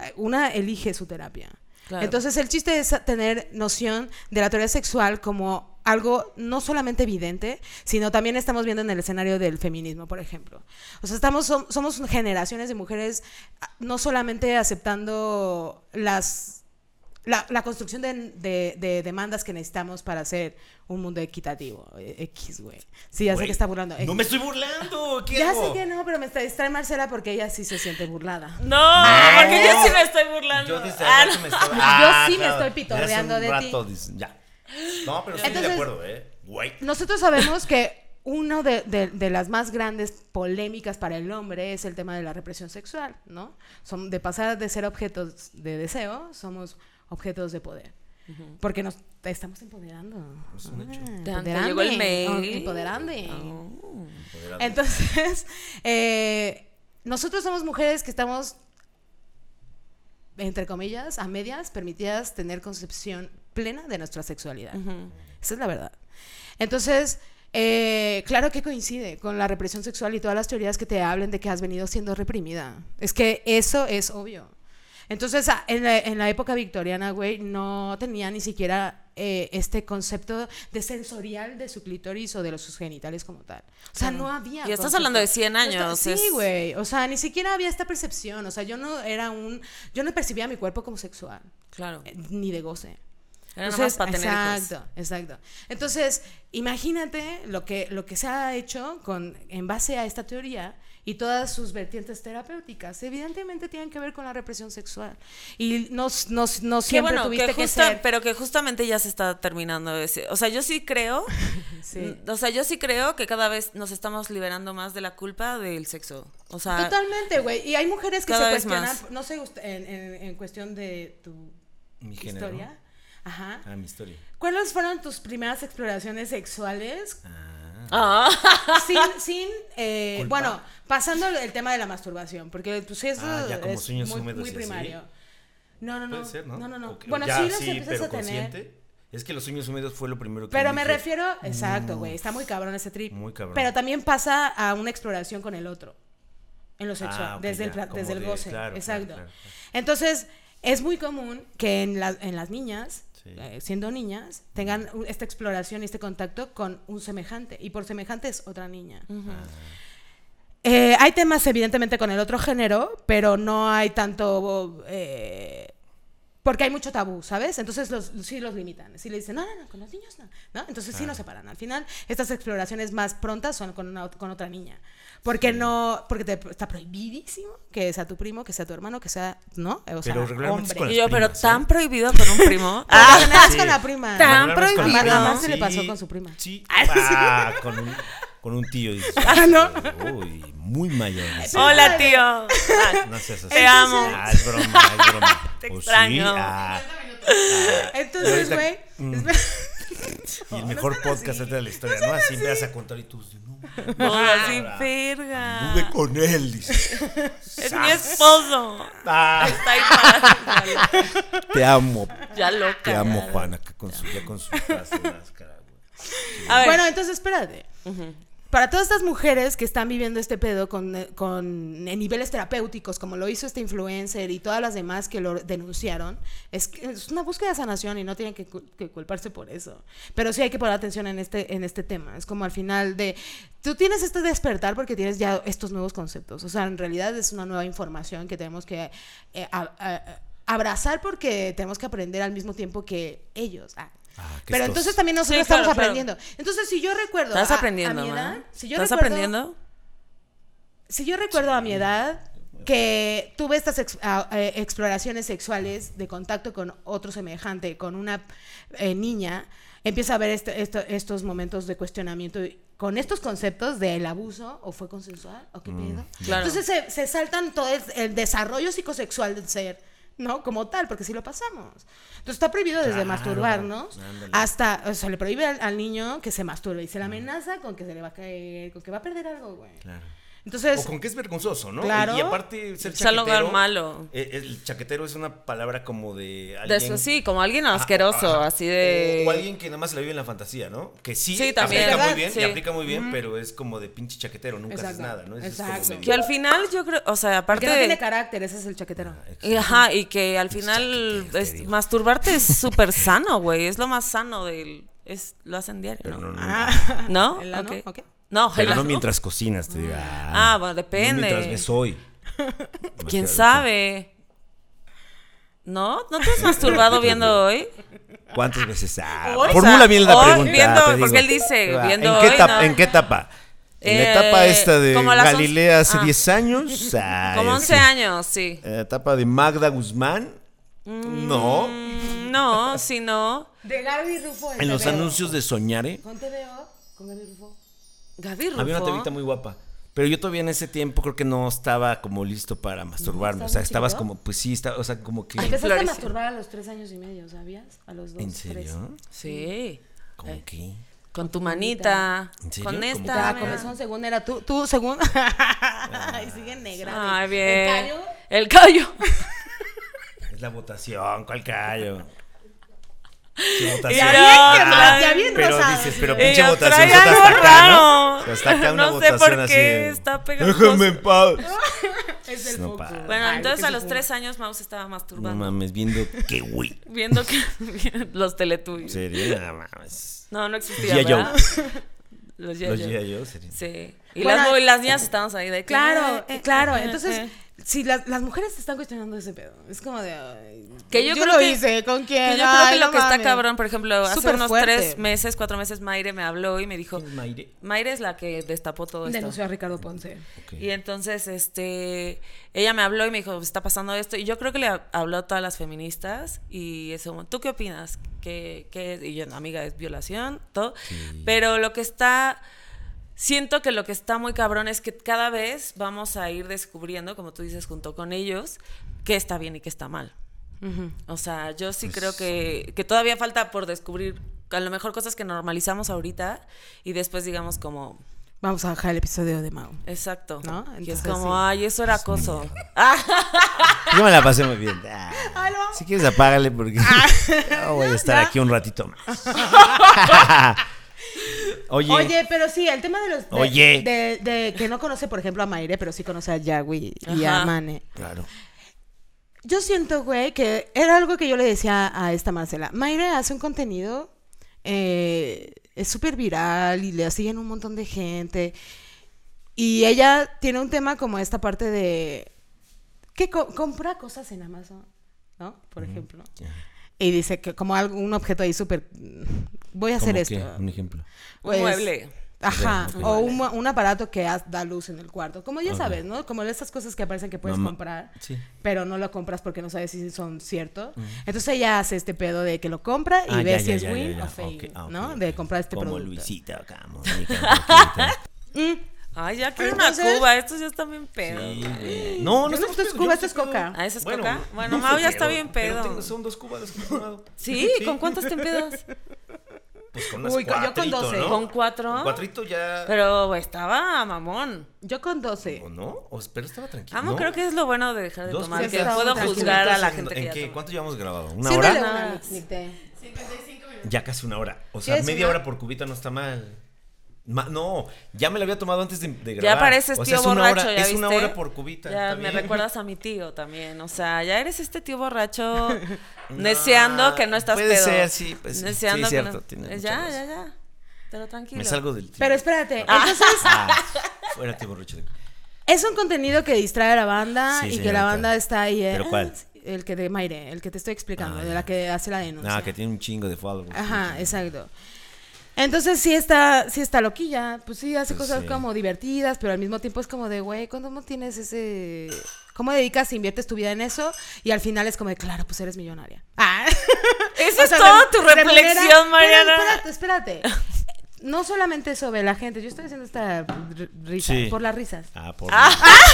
Eh, Una elige su terapia. Claro. Entonces el chiste es tener noción de la teoría sexual como algo no solamente evidente, sino también estamos viendo en el escenario del feminismo, por ejemplo. O sea, estamos, som- somos generaciones de mujeres ah, no solamente aceptando las la, la construcción de, de- de demandas que necesitamos para hacer un mundo equitativo. eh, X, güey. Sí, ya sé Güey, que está burlando. No X. me estoy burlando. ¿Qué ya hago? sé que no, pero me está- distrae Marcela porque ella sí se siente burlada. No, Ah. porque yo sí me estoy burlando. Yo desde Ah, rato no. me estoy... Yo sí me estoy pitorreando desde hace un de ti. rato, dices, ya. No, pero estoy Entonces- de acuerdo, ¿eh? Güey. Nosotros sabemos que una de, de- de las más grandes polémicas para el hombre es el tema de la represión sexual, ¿no? Son, de pasar de ser objetos de deseo, somos objetos de poder. Porque nos te estamos empoderando. Ah, Tan- te empoderande. llegó el mail. Oh, empoderande. Oh. Entonces, eh, nosotros somos mujeres que estamos, entre comillas, a medias, permitidas tener concepción plena de nuestra sexualidad. Esa es la verdad. Entonces, eh, claro que coincide con la represión sexual y todas las teorías que te hablen de que has venido siendo reprimida. Es que eso es obvio. Entonces, a- en la, en la época victoriana, güey, no tenía ni siquiera eh, este concepto de sensorial de su clítoris o de los sus genitales como tal. O sea, no había. Y estás hablando de 100 años, Esta- Sí, es- güey. O sea, ni siquiera había esta percepción. O sea, yo no era un. Yo no percibía mi cuerpo como sexual, Claro. eh, ni de goce. Era nomás para tener hijos. exacto, exacto. Entonces, imagínate lo que, lo que se ha hecho con, en base a esta teoría y todas sus vertientes terapéuticas. Evidentemente tienen que ver con la represión sexual. Y no, s- no s- no Que siempre bueno, tuviste que que, justa- ser... pero que justamente ya se está terminando ese. O sea, yo sí creo, Sí. o sea, yo sí creo que cada vez nos estamos liberando más de la culpa del sexo. O sea, Totalmente, güey. Y hay mujeres que Cada se vez cuestionan, más. no sé, usted- en, en- en cuestión de tu Mi género. historia. Ajá. Ah, mi historia. ¿Cuáles fueron tus primeras exploraciones sexuales Ah. sin, sin eh, bueno, pasando el tema de la masturbación, porque pues eso Ah, ya como es sueños muy, húmedos muy y así. primario. No, no, no. Puede ser, ¿no? No, no, no. O que- Bueno, ya, sí los empiezas pero a tener. consciente. Es que los sueños húmedos fue lo primero que Pero me dije. "Mm, refiero, exacto, güey, está muy cabrón ese trip. Muy cabrón. Pero también pasa a una exploración con el otro, en lo sexual, Ah, ok, desde, el, ya, pla- como desde el de- goce, claro, claro, exacto. claro, claro. Entonces, es muy común que en, la- en las niñas, Sí. eh, siendo niñas, tengan un- esta exploración y este contacto con un semejante, y por semejante es otra niña. Ah. Eh, hay temas, evidentemente, con el otro género, pero no hay tanto... eh, porque hay mucho tabú, ¿sabes? Entonces los, sí los limitan. Sí le dicen, no, no, no, con los niños no. ¿no? Entonces Ah. sí nos separan. Al final, estas exploraciones más prontas son con, una ot- con otra niña. Porque no, porque te- está prohibidísimo que sea tu primo, que sea tu hermano, que sea, ¿no? O sea, Pero regularmente es con hombre. Y las yo, pero primas, ¿eh? tan prohibido con un primo. Porque Ah, generas sí. con la prima. Tan Hablar más con prohibido. la prima, Además, se le sí. pasó con su prima. Sí. Ah, con un, con un tío. dices, Ah, ¿no? Uy, muy mayor. dices, hola, tío. Ah, No seas así. Te amo. Ah, es broma, es broma. Te ¿O sí? extraño. Ah, Entonces, Ahorita- mm. güey. y el mejor podcast es de la historia, ¿no? Así me vas a contar y tú dices, no, no, así, verga. anduve con él. dices. Es mi esposo. Ah, Está ahí para- ya lo- te amo. Ya loca. Te amo, ya. Juana, que con su, ya con su frase máscara, güey. A ver, Bueno, entonces espérate. Para todas estas mujeres que están viviendo este pedo con, con- en niveles terapéuticos, como lo hizo este influencer y todas las demás que lo denunciaron, es, que es una búsqueda de sanación y no tienen que, cul- que culparse por eso. Pero sí hay que poner atención en este, en este tema. Es como al final de, tú tienes este despertar porque tienes ya estos nuevos conceptos. O sea, en realidad es una nueva información que tenemos que eh, a- a- abrazar porque tenemos que aprender al mismo tiempo que ellos. Ah. Ah, que Pero estos- entonces también nosotros Sí, estamos claro, claro. aprendiendo. Entonces, si yo recuerdo. estás a- a aprendiendo, mi edad, ¿no? si yo ¿Estás recuerdo- aprendiendo? Si yo recuerdo a mi edad que tuve estas ex- a- eh, exploraciones sexuales de contacto con otro semejante, con una eh, niña, empieza a ver este- esto- estos momentos de cuestionamiento y- con estos conceptos del abuso o fue consensual o qué Mm, pedo. claro. Entonces se, se saltan todo el, el desarrollo psicosexual del ser, ¿no? Como tal, porque si lo pasamos. Entonces está prohibido desde Claro, masturbarnos ándale. hasta, o sea, le prohíbe al, al niño que se masturbe y se le amenaza con que se le va a caer, con que va a perder algo, güey. Claro. Entonces, O con que es vergonzoso, ¿no? Claro. Y, y aparte ser Es algo chaquetero. malo. eh, El chaquetero es una palabra como de De alguien. eso sí, como alguien Ajá, asqueroso, ajá. así de... Ah, O, o alguien que nada más se la vive en la fantasía, ¿no? Que sí, Sí, también. aplica ¿Verdad? muy bien, Sí. y aplica muy bien, pero es como de pinche chaquetero, nunca haces Exacto. nada, ¿no? Eso es como Exacto. medio- Que al final yo creo, o sea, aparte... porque no tiene carácter, ese es el chaquetero. Y, Ajá, y que al final es- masturbarte es súper sano, güey. Es lo más sano del... Es, lo hacen diario, ¿no? Ah, ¿No? ¿El ano? Ok. Ok. No, el Pero ano. no mientras cocinas, te diga. Ah, bueno, depende. No mientras me soy. ¿Quién sabe? ¿No? ¿No te has masturbado viendo hoy? ¿Cuántas veces? Ah, Hoy, formula o sea, bien la hoy, pregunta. viendo- te digo. porque él dice, Ah, viendo ¿En qué hoy, etapa? no. ¿En qué etapa? ¿En la Eh, etapa esta de como a las once- Galilea hace ah. 10 años? Ah, Como ya 11 sé. años, sí. ¿En la etapa de Magda Guzmán? No. Mm, No, si no. De Gaby Rufo. En los anuncios de Soñare Con TVO, con Gaby Rufo. Gaby Rufo. había una tevita muy guapa. Pero yo todavía en ese tiempo creo que no estaba como listo para masturbarme. O sea, ¿Estabas estabas chiquito? como, pues sí, estaba, o sea, como que. Empezaste Floreció. a masturbar a los tres años y medio, ¿sabías? A los dos, ¿En tres. serio? Sí. Eh. ¿Con qué? Con tu manita. Ah, ¿En serio? Con Como esta. Ya, mira. comezón, según era tú, tú, según. Ay, Ah. sigue negra. Ay, ¿El bien. callo? El callo. Es la votación, ¿cuál callo? Sí, votación. Ah, Ya bien trae- ya bien pero rosado. dices, pero Ella pinche votación trae está algo hasta acá, raro. ¿no? O sea, Hasta acá una No sé votación por así. qué de, está Ah, pegajoso. Déjame en paz. Es el No, foco. pa. Bueno, Ay, entonces que a se los fuma. tres años Mau se estaba No masturbando. mames, viendo qué güey. viendo que los En teletubbies. serio, no mames. No, no G.I. existía. Joe. ¿verdad? Los G.I. Los Joe. G.I. Joe, sería. Sí. Y Bueno, las, bo- y las niñas estábamos ahí de que, Claro, eh, eh, claro. eh, Entonces, eh. si las, las mujeres te están cuestionando ese pedo, es como de. ay, Que yo creo lo que- hice, ¿con quién? Que yo creo que Ay, lo no que está mames. cabrón, por ejemplo, hace Súper unos fuerte. tres meses, cuatro meses, Maire me habló y me dijo, Mayre. Maire es la que destapó todo esto. Denunció a Ricardo Ponce. Y entonces, este, ella me habló y me dijo, está pasando esto. Y yo creo que le ha- habló a todas las feministas y eso, ¿tú qué opinas? que Y yo, amiga, es violación, todo. Pero lo que está, siento que lo que está muy cabrón es que cada vez vamos a ir descubriendo, como tú dices, junto con ellos, qué está bien y qué está mal. O sea, yo sí creo que, que todavía falta por descubrir a lo mejor cosas que normalizamos ahorita y después digamos como Vamos a bajar el episodio de Mau. Exacto. ¿No? y es Entonces, como, sí. ay, eso era acoso. Yo me la pasé muy bien. Ah, si quieres, apágale porque Ah. no voy a estar aquí un ratito más. Oye, Oye, pero sí, el tema de los. de- Oye. De, de que no conoce, por ejemplo, a Maire, pero sí conoce a Yagui y Ajá. a Mane. Claro. Yo siento, güey, que era algo que yo le decía a esta Marcela. Mayre hace un contenido, eh, es súper viral y le siguen un montón de gente. Y ella tiene un tema como esta parte de que co- compra cosas en Amazon, ¿no? Por ejemplo. Y dice que como algo- un objeto ahí súper... mm, Voy a hacer ¿Cómo esto. qué? Un ejemplo. Pues, Un mueble. Ajá, Ok, ok. o un, mu- un aparato que haz- da luz en el cuarto. Como ya sabes, ¿no? Como esas cosas que aparecen que puedes Mamá. comprar, Sí. pero no lo compras porque no sabes si son cierto. Entonces ella hace este pedo de que lo compra y Mm. Ah, ve ya, si ya, es ya, win ya, ya. o fake, Ok, ah, ok, ¿no? ok. De comprar este Como producto. Luisita acá, Mónica, Marquita. Ay, ya quiero una Entonces- cuba. Estos ya están bien pedos. Sí, no, no, Yo no, esto es Cuba, esto es Coca. Ah, ¿esa es Bueno, coca? Bueno, no Mau sé, ya está pero- bien pero pedo. tengo- son dos cubas las que he tomado. ¿Sí? ¿Con cuántos te empedas? Pues con unas Uy, con- yo con cuatrito, 12. ¿no? ¿Con cuatro? Con cuatrito ya. Pero pues, estaba mamón. Yo con eh. 12. ¿O no? O- pero estaba tranquilo. Amo, ¿no? creo que es lo bueno de dejar de Dos tomar, cosas que está puedo muy juzgar a la ¿En- gente ¿En que qué? ya toma. ¿Cuánto llevamos grabado? ¿Una Siempre le hora? Nada. una Nick- Nick Day. Ya casi una hora. O Sí, sea, es media una- hora por cubita no está mal. Ma- no, ya me la había tomado antes de, de Ya grabar. pareces Ah, O sea, tío es una borracho, hora- ya Es una viste. hora por cubita. Ya está me bien. recuerdas a mi tío también. O sea, ya eres este tío borracho neceando que no estás puede pedo. ser, sí, pues sí, sí, Neceando que no- Pues cierto, tienes Ya, mucha ya, ya. Pero tranquilo. Me salgo del tío. Pero espérate, entonces Ah, fuera tío borracho. de- es un contenido que distrae a la banda Sí, y que la señorita. banda está ahí. eh, ¿Pero cuál? ah, sí, El que de Maire, el que te estoy explicando, Ah, de ya. la que hace la denuncia. Ah, que tiene un chingo de followers. Ajá, exacto. Entonces sí está, sí está loquilla, pues sí hace Pues cosas sí. como divertidas, pero al mismo tiempo es como de, güey, ¿cuándo no tienes ese... ¿Cómo dedicas, e inviertes tu vida en eso? Y al final es como de, claro, pues eres millonaria. Ah. Esa O es sea, toda re- tu remunera- reflexión, Pero Mariana. espérate, espérate. No solamente sobre la gente, yo estoy haciendo esta r- risa, Sí. por las risas. Ah, por,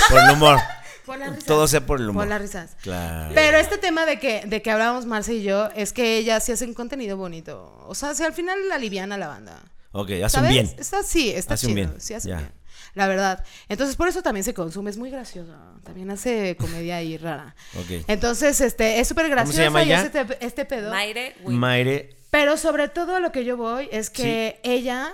por el humor. Por las risas. Todo sea por el humor. Por las risas. Claro. Pero este tema de que, de que hablábamos Marce y yo es que ella sí hace un contenido bonito. O sea, si al final la aliviana a la banda. Ok, haz un ¿Sabes? bien. Está, sí, está Hace un chido. bien. Sí, hace Ya. bien. La verdad. Entonces, por eso también se consume. Es muy gracioso. También hace comedia ahí rara. Ok. Entonces, este, es súper ¿Cómo se gracioso llama ella? este, este pedo. Maire, güey. Maire, Pero sobre todo a lo que yo voy es que ella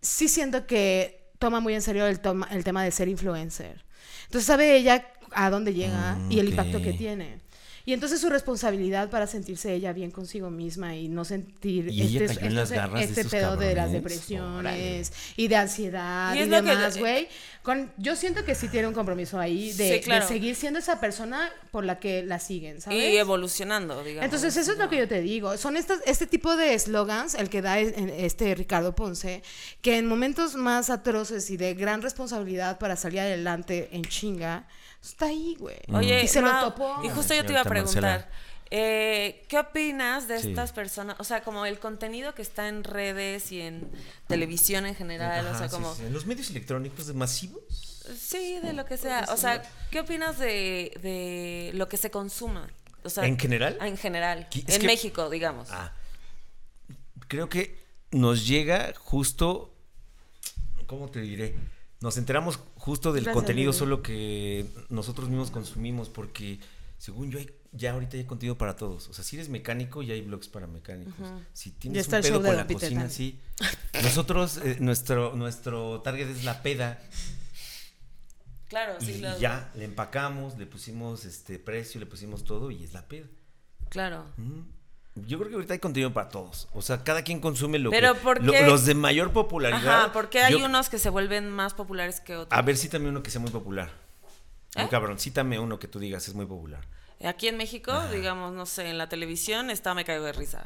sí siento que toma muy en serio el, toma- el tema de ser influencer. Entonces sabe ella a dónde llega y el impacto que ok. tiene. Y entonces su responsabilidad para sentirse ella bien consigo misma y no sentir este, Y ella cayó en las garras de estos pedo de las cabrones. depresiones y de ansiedad Y y, es lo que- eh, demás, güey. Con- Yo siento que sí tiene un compromiso ahí de, Sí, de claro. seguir siendo esa persona por la que la siguen, ¿sabes? Y evolucionando, digamos. Entonces, eso es lo que yo te digo. Son estas, este tipo de eslogans, el que da es- en- este Ricardo Ponce, que en momentos más atroces y de gran responsabilidad para salir adelante en chinga, está ahí, güey. Mm. Mm. Oye, y se Mau, lo topó. Y justo yo te iba a Señorita Marcela. preguntar, eh, ¿qué opinas de estas personas? O sea, como el contenido que está en redes y en televisión en general, o sea, como... Sí, los medios electrónicos de masivos. de lo que sea. O sea, ¿qué opinas de, de lo que se consuma? O sea, Ah, ¿En general? En general. Qui- es en que- México, digamos. Ah. Creo que nos llega justo. ¿Cómo te diré? Nos enteramos justo del Gracias, contenido Lili. solo que nosotros mismos consumimos, porque según yo, hay, ya ahorita hay contenido para todos. O sea, si eres mecánico, ya hay blogs para mecánicos. Si tienes está un el pedo show de con Don la Peter cocina, Pan. sí. Nosotros, eh, nuestro, nuestro target es la peda. Claro, Y sí, claro. ya, le empacamos, le pusimos este precio, le pusimos todo y es la peda. Claro. Yo creo que ahorita hay contenido para todos. O sea, cada quien consume lo Pero que... ¿por lo- qué? los de mayor popularidad. Ajá, porque hay yo- unos que se vuelven más populares que otros. A ver, cítame uno que sea muy popular. ¿Eh? Un cabrón, cítame uno que tú digas es muy popular. Aquí en México, Ah. digamos, no sé, en la televisión está Me Caigo de Risa.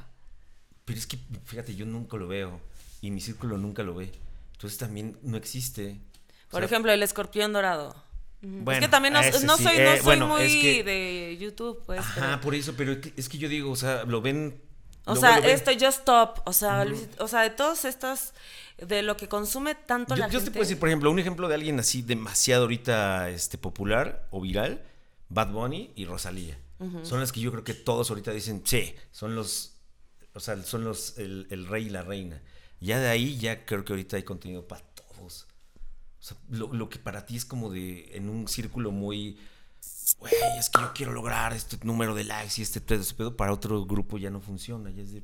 Pero es que, fíjate, yo nunca lo veo. Y mi círculo nunca lo ve. Entonces también no existe. O Por sea, ejemplo, El Escorpión Dorado. bueno, es que también no, ese no sí. soy, Eh, no soy bueno, muy es que- de YouTube, pues. Ajá, pero- por eso, pero es que- es que yo digo, o sea, lo ven... o luego sea, lo ven. esto, Just Stop, o sea, Luis- o sea, de todos estos, de lo que consume tanto Yo, la yo gente. te puedo decir, por ejemplo, un ejemplo de alguien así demasiado ahorita este, popular o viral, Bad Bunny y Rosalía. Son las que yo creo que todos ahorita dicen, sí, son los, o sea, son los, el, el rey y la reina. Ya de ahí ya creo que ahorita hay contenido para todos. O sea, lo, lo que para ti es como de, en un círculo muy, güey, es que yo quiero lograr este número de likes y este pedo, ese pedo", para otro grupo ya no funciona, ya es de,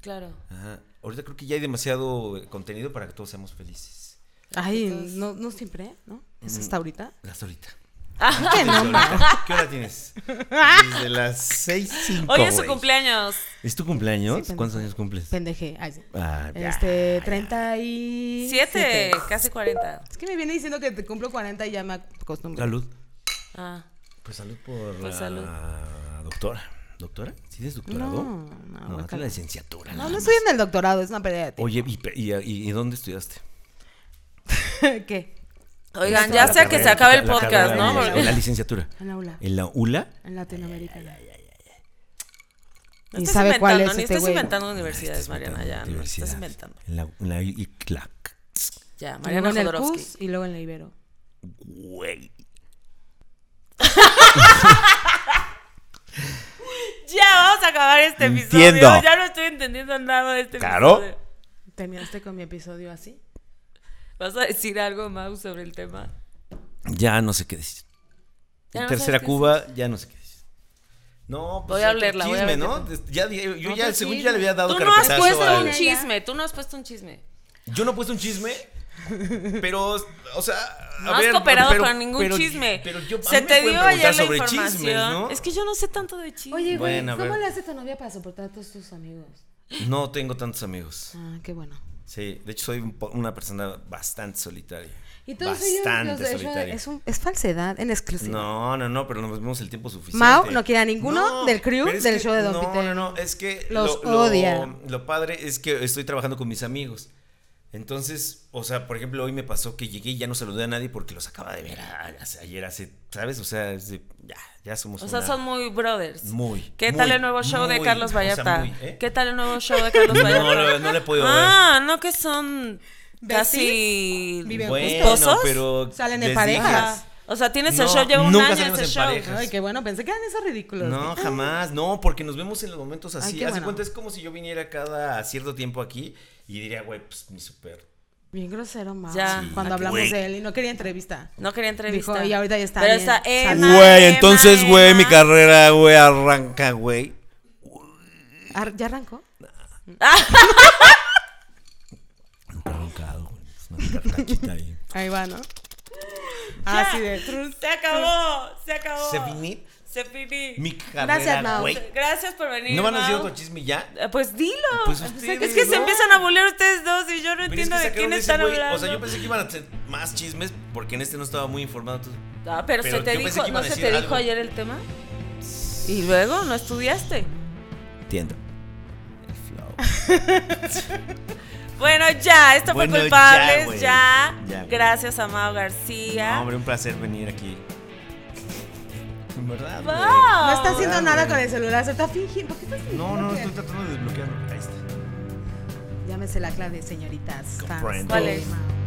Claro. ajá. Ahorita creo que ya hay demasiado eh, contenido para que todos seamos felices. Ay, no, no siempre, ¿no? Es hasta ahorita. Las ahorita. Ah. Qué no, ¿Qué hora tienes? Desde las 6 Hoy es su cumpleaños. ¿Es tu cumpleaños? Sí, pendejo. ¿Cuántos años cumples? pendeje. Ay, sí. Ah, ya. Este, 37. Siete, casi 40. Es que me viene diciendo que te cumplo 40 y ya me acostumbro. Salud. Ah, Pues salud por Pues la salud. doctora. ¿Doctora? ¿Sí tienes doctorado? No, no, no, guácala. es la licenciatura. No, nada no más. estoy en el doctorado, es una pérdida de tiempo. Oye, ¿y, pe- y, y- y dónde estudiaste? ¿Qué? Oigan, ya sea que se acabe el podcast, ¿no? En la, Porque- licenciatura. En la ULA. ¿En la ULA? En Latinoamericana. No Ni estás sabe cuál inventando, es ni este estás güey. inventando universidades, Mariana, ya. No, Universidad. estás inventando. En la, en la ICLAC. Ya, Luego Mariana en el Jodorowsky. CUS y luego en la Ibero. Güey. Ya, vamos a acabar este episodio. Entiendo. Ya no estoy entendiendo nada de este Claro. episodio. ¿Terminaste con mi episodio así? ¿Vas a decir algo, Mau, sobre el tema? Ya no sé qué decir. Ya no sabes Tercera qué Cuba, ya no sé qué decir. No, pues, Voy a olerla, voy a chisme, ¿no? olerla. Ya, yo yo No ya, te según sirve. ya le había dado pues Tú no has carpetazo puesto al- un chisme, tú no has puesto un chisme. Yo no he puesto un chisme, pero, o sea... a No has ver, cooperado pero- con ningún pero- chisme. Pero yo, a Se mí me te pueden dio preguntar ayer la sobre información. chismes, ¿no? Es que yo no sé tanto de chismes. Oye, güey, Bueno, a ¿cómo ver. le hace tu novia para soportar a todos tus amigos? No tengo tantos amigos. Ah, qué bueno. Sí, de hecho soy un po- una persona bastante solitaria. Y todos ellos los bastante de hecho, solitaria. es, un- es falsedad en exclusiva. No, no, no, pero nos vemos el tiempo suficiente. Mau no quiere a ninguno del crew pero es del que- show de Don no, Peter. No, no, es que Los lo, lo- odia. lo padre es que estoy trabajando con mis amigos. Entonces, o sea, por ejemplo, hoy me pasó que llegué y ya no saludé a nadie porque los acaba de ver a- hace- ayer, hace, ¿sabes? O sea, es de- ya, ya somos O sea, una- son muy brothers. Muy, ¿Qué muy, tal el nuevo show de muy, Carlos o sea, Vallarta? muy, ¿eh? ¿Qué tal el nuevo show de Carlos No, Vallarta? no, no le he podido ver. Ah, no que son ¿Besties? casi Viven Bueno, esposos. pero Salen de les pareja. dije- O sea, tienes No, el show, lleva un nunca año salimos ese en show. pareja. Ay, qué bueno, pensé que eran esos ridículos. No, jamás, no, porque nos vemos en los momentos Ay, así. qué Haz de bueno. cuenta, es como si yo viniera cada cierto tiempo aquí y diría, güey, pues mi super. Bien grosero, más. Ya. Sí, Cuando ah, hablamos güey. de él y no quería entrevista. No quería entrevista. Dijo, y ahorita ya está Pero bien. está Güey, Emma, Güey, Emma, entonces, güey, mi Emma. carrera, güey, arranca, güey. Ar- ¿Ya arrancó? Ah. Nunca ha arrancado, güey. Es una carraquita ahí. Ahí va, ¿no? Así de. Se acabó, se acabó. Se finí Se finí. mi Gracias, carrera, Mau. güey. Gracias por venir. ¿No van a decir Mau. otro chisme ya? Eh, Pues dilo. Pues es ustedes, que se ¿no? empiezan a bolear ustedes dos y yo no Pero es entiendo que de sacaron quién ese están güey, hablando. O sea, yo pensé que iban a hacer más chismes porque en este no estaba muy informado. entonces- Ah, pero, pero se te yo pensé dijo, que ¿no iban a se decir te algo. dijo ayer el tema? Y luego no estudiaste. Entiendo. El flow. Bueno, ya, esto fue Bueno, ya, culpables, güey. ya. Ya, güey. Gracias a Mao García. No, hombre, un placer venir aquí. En verdad. Wow. güey. No está haciendo Ah, nada güey. con el celular, se está fingiendo. ¿Por qué estás fingiendo? No, no, que- estoy tratando de desbloquearlo. Ahí está. Llámese la clave, señoritas. fans, Comprendo. ¿Cuál es? Mau.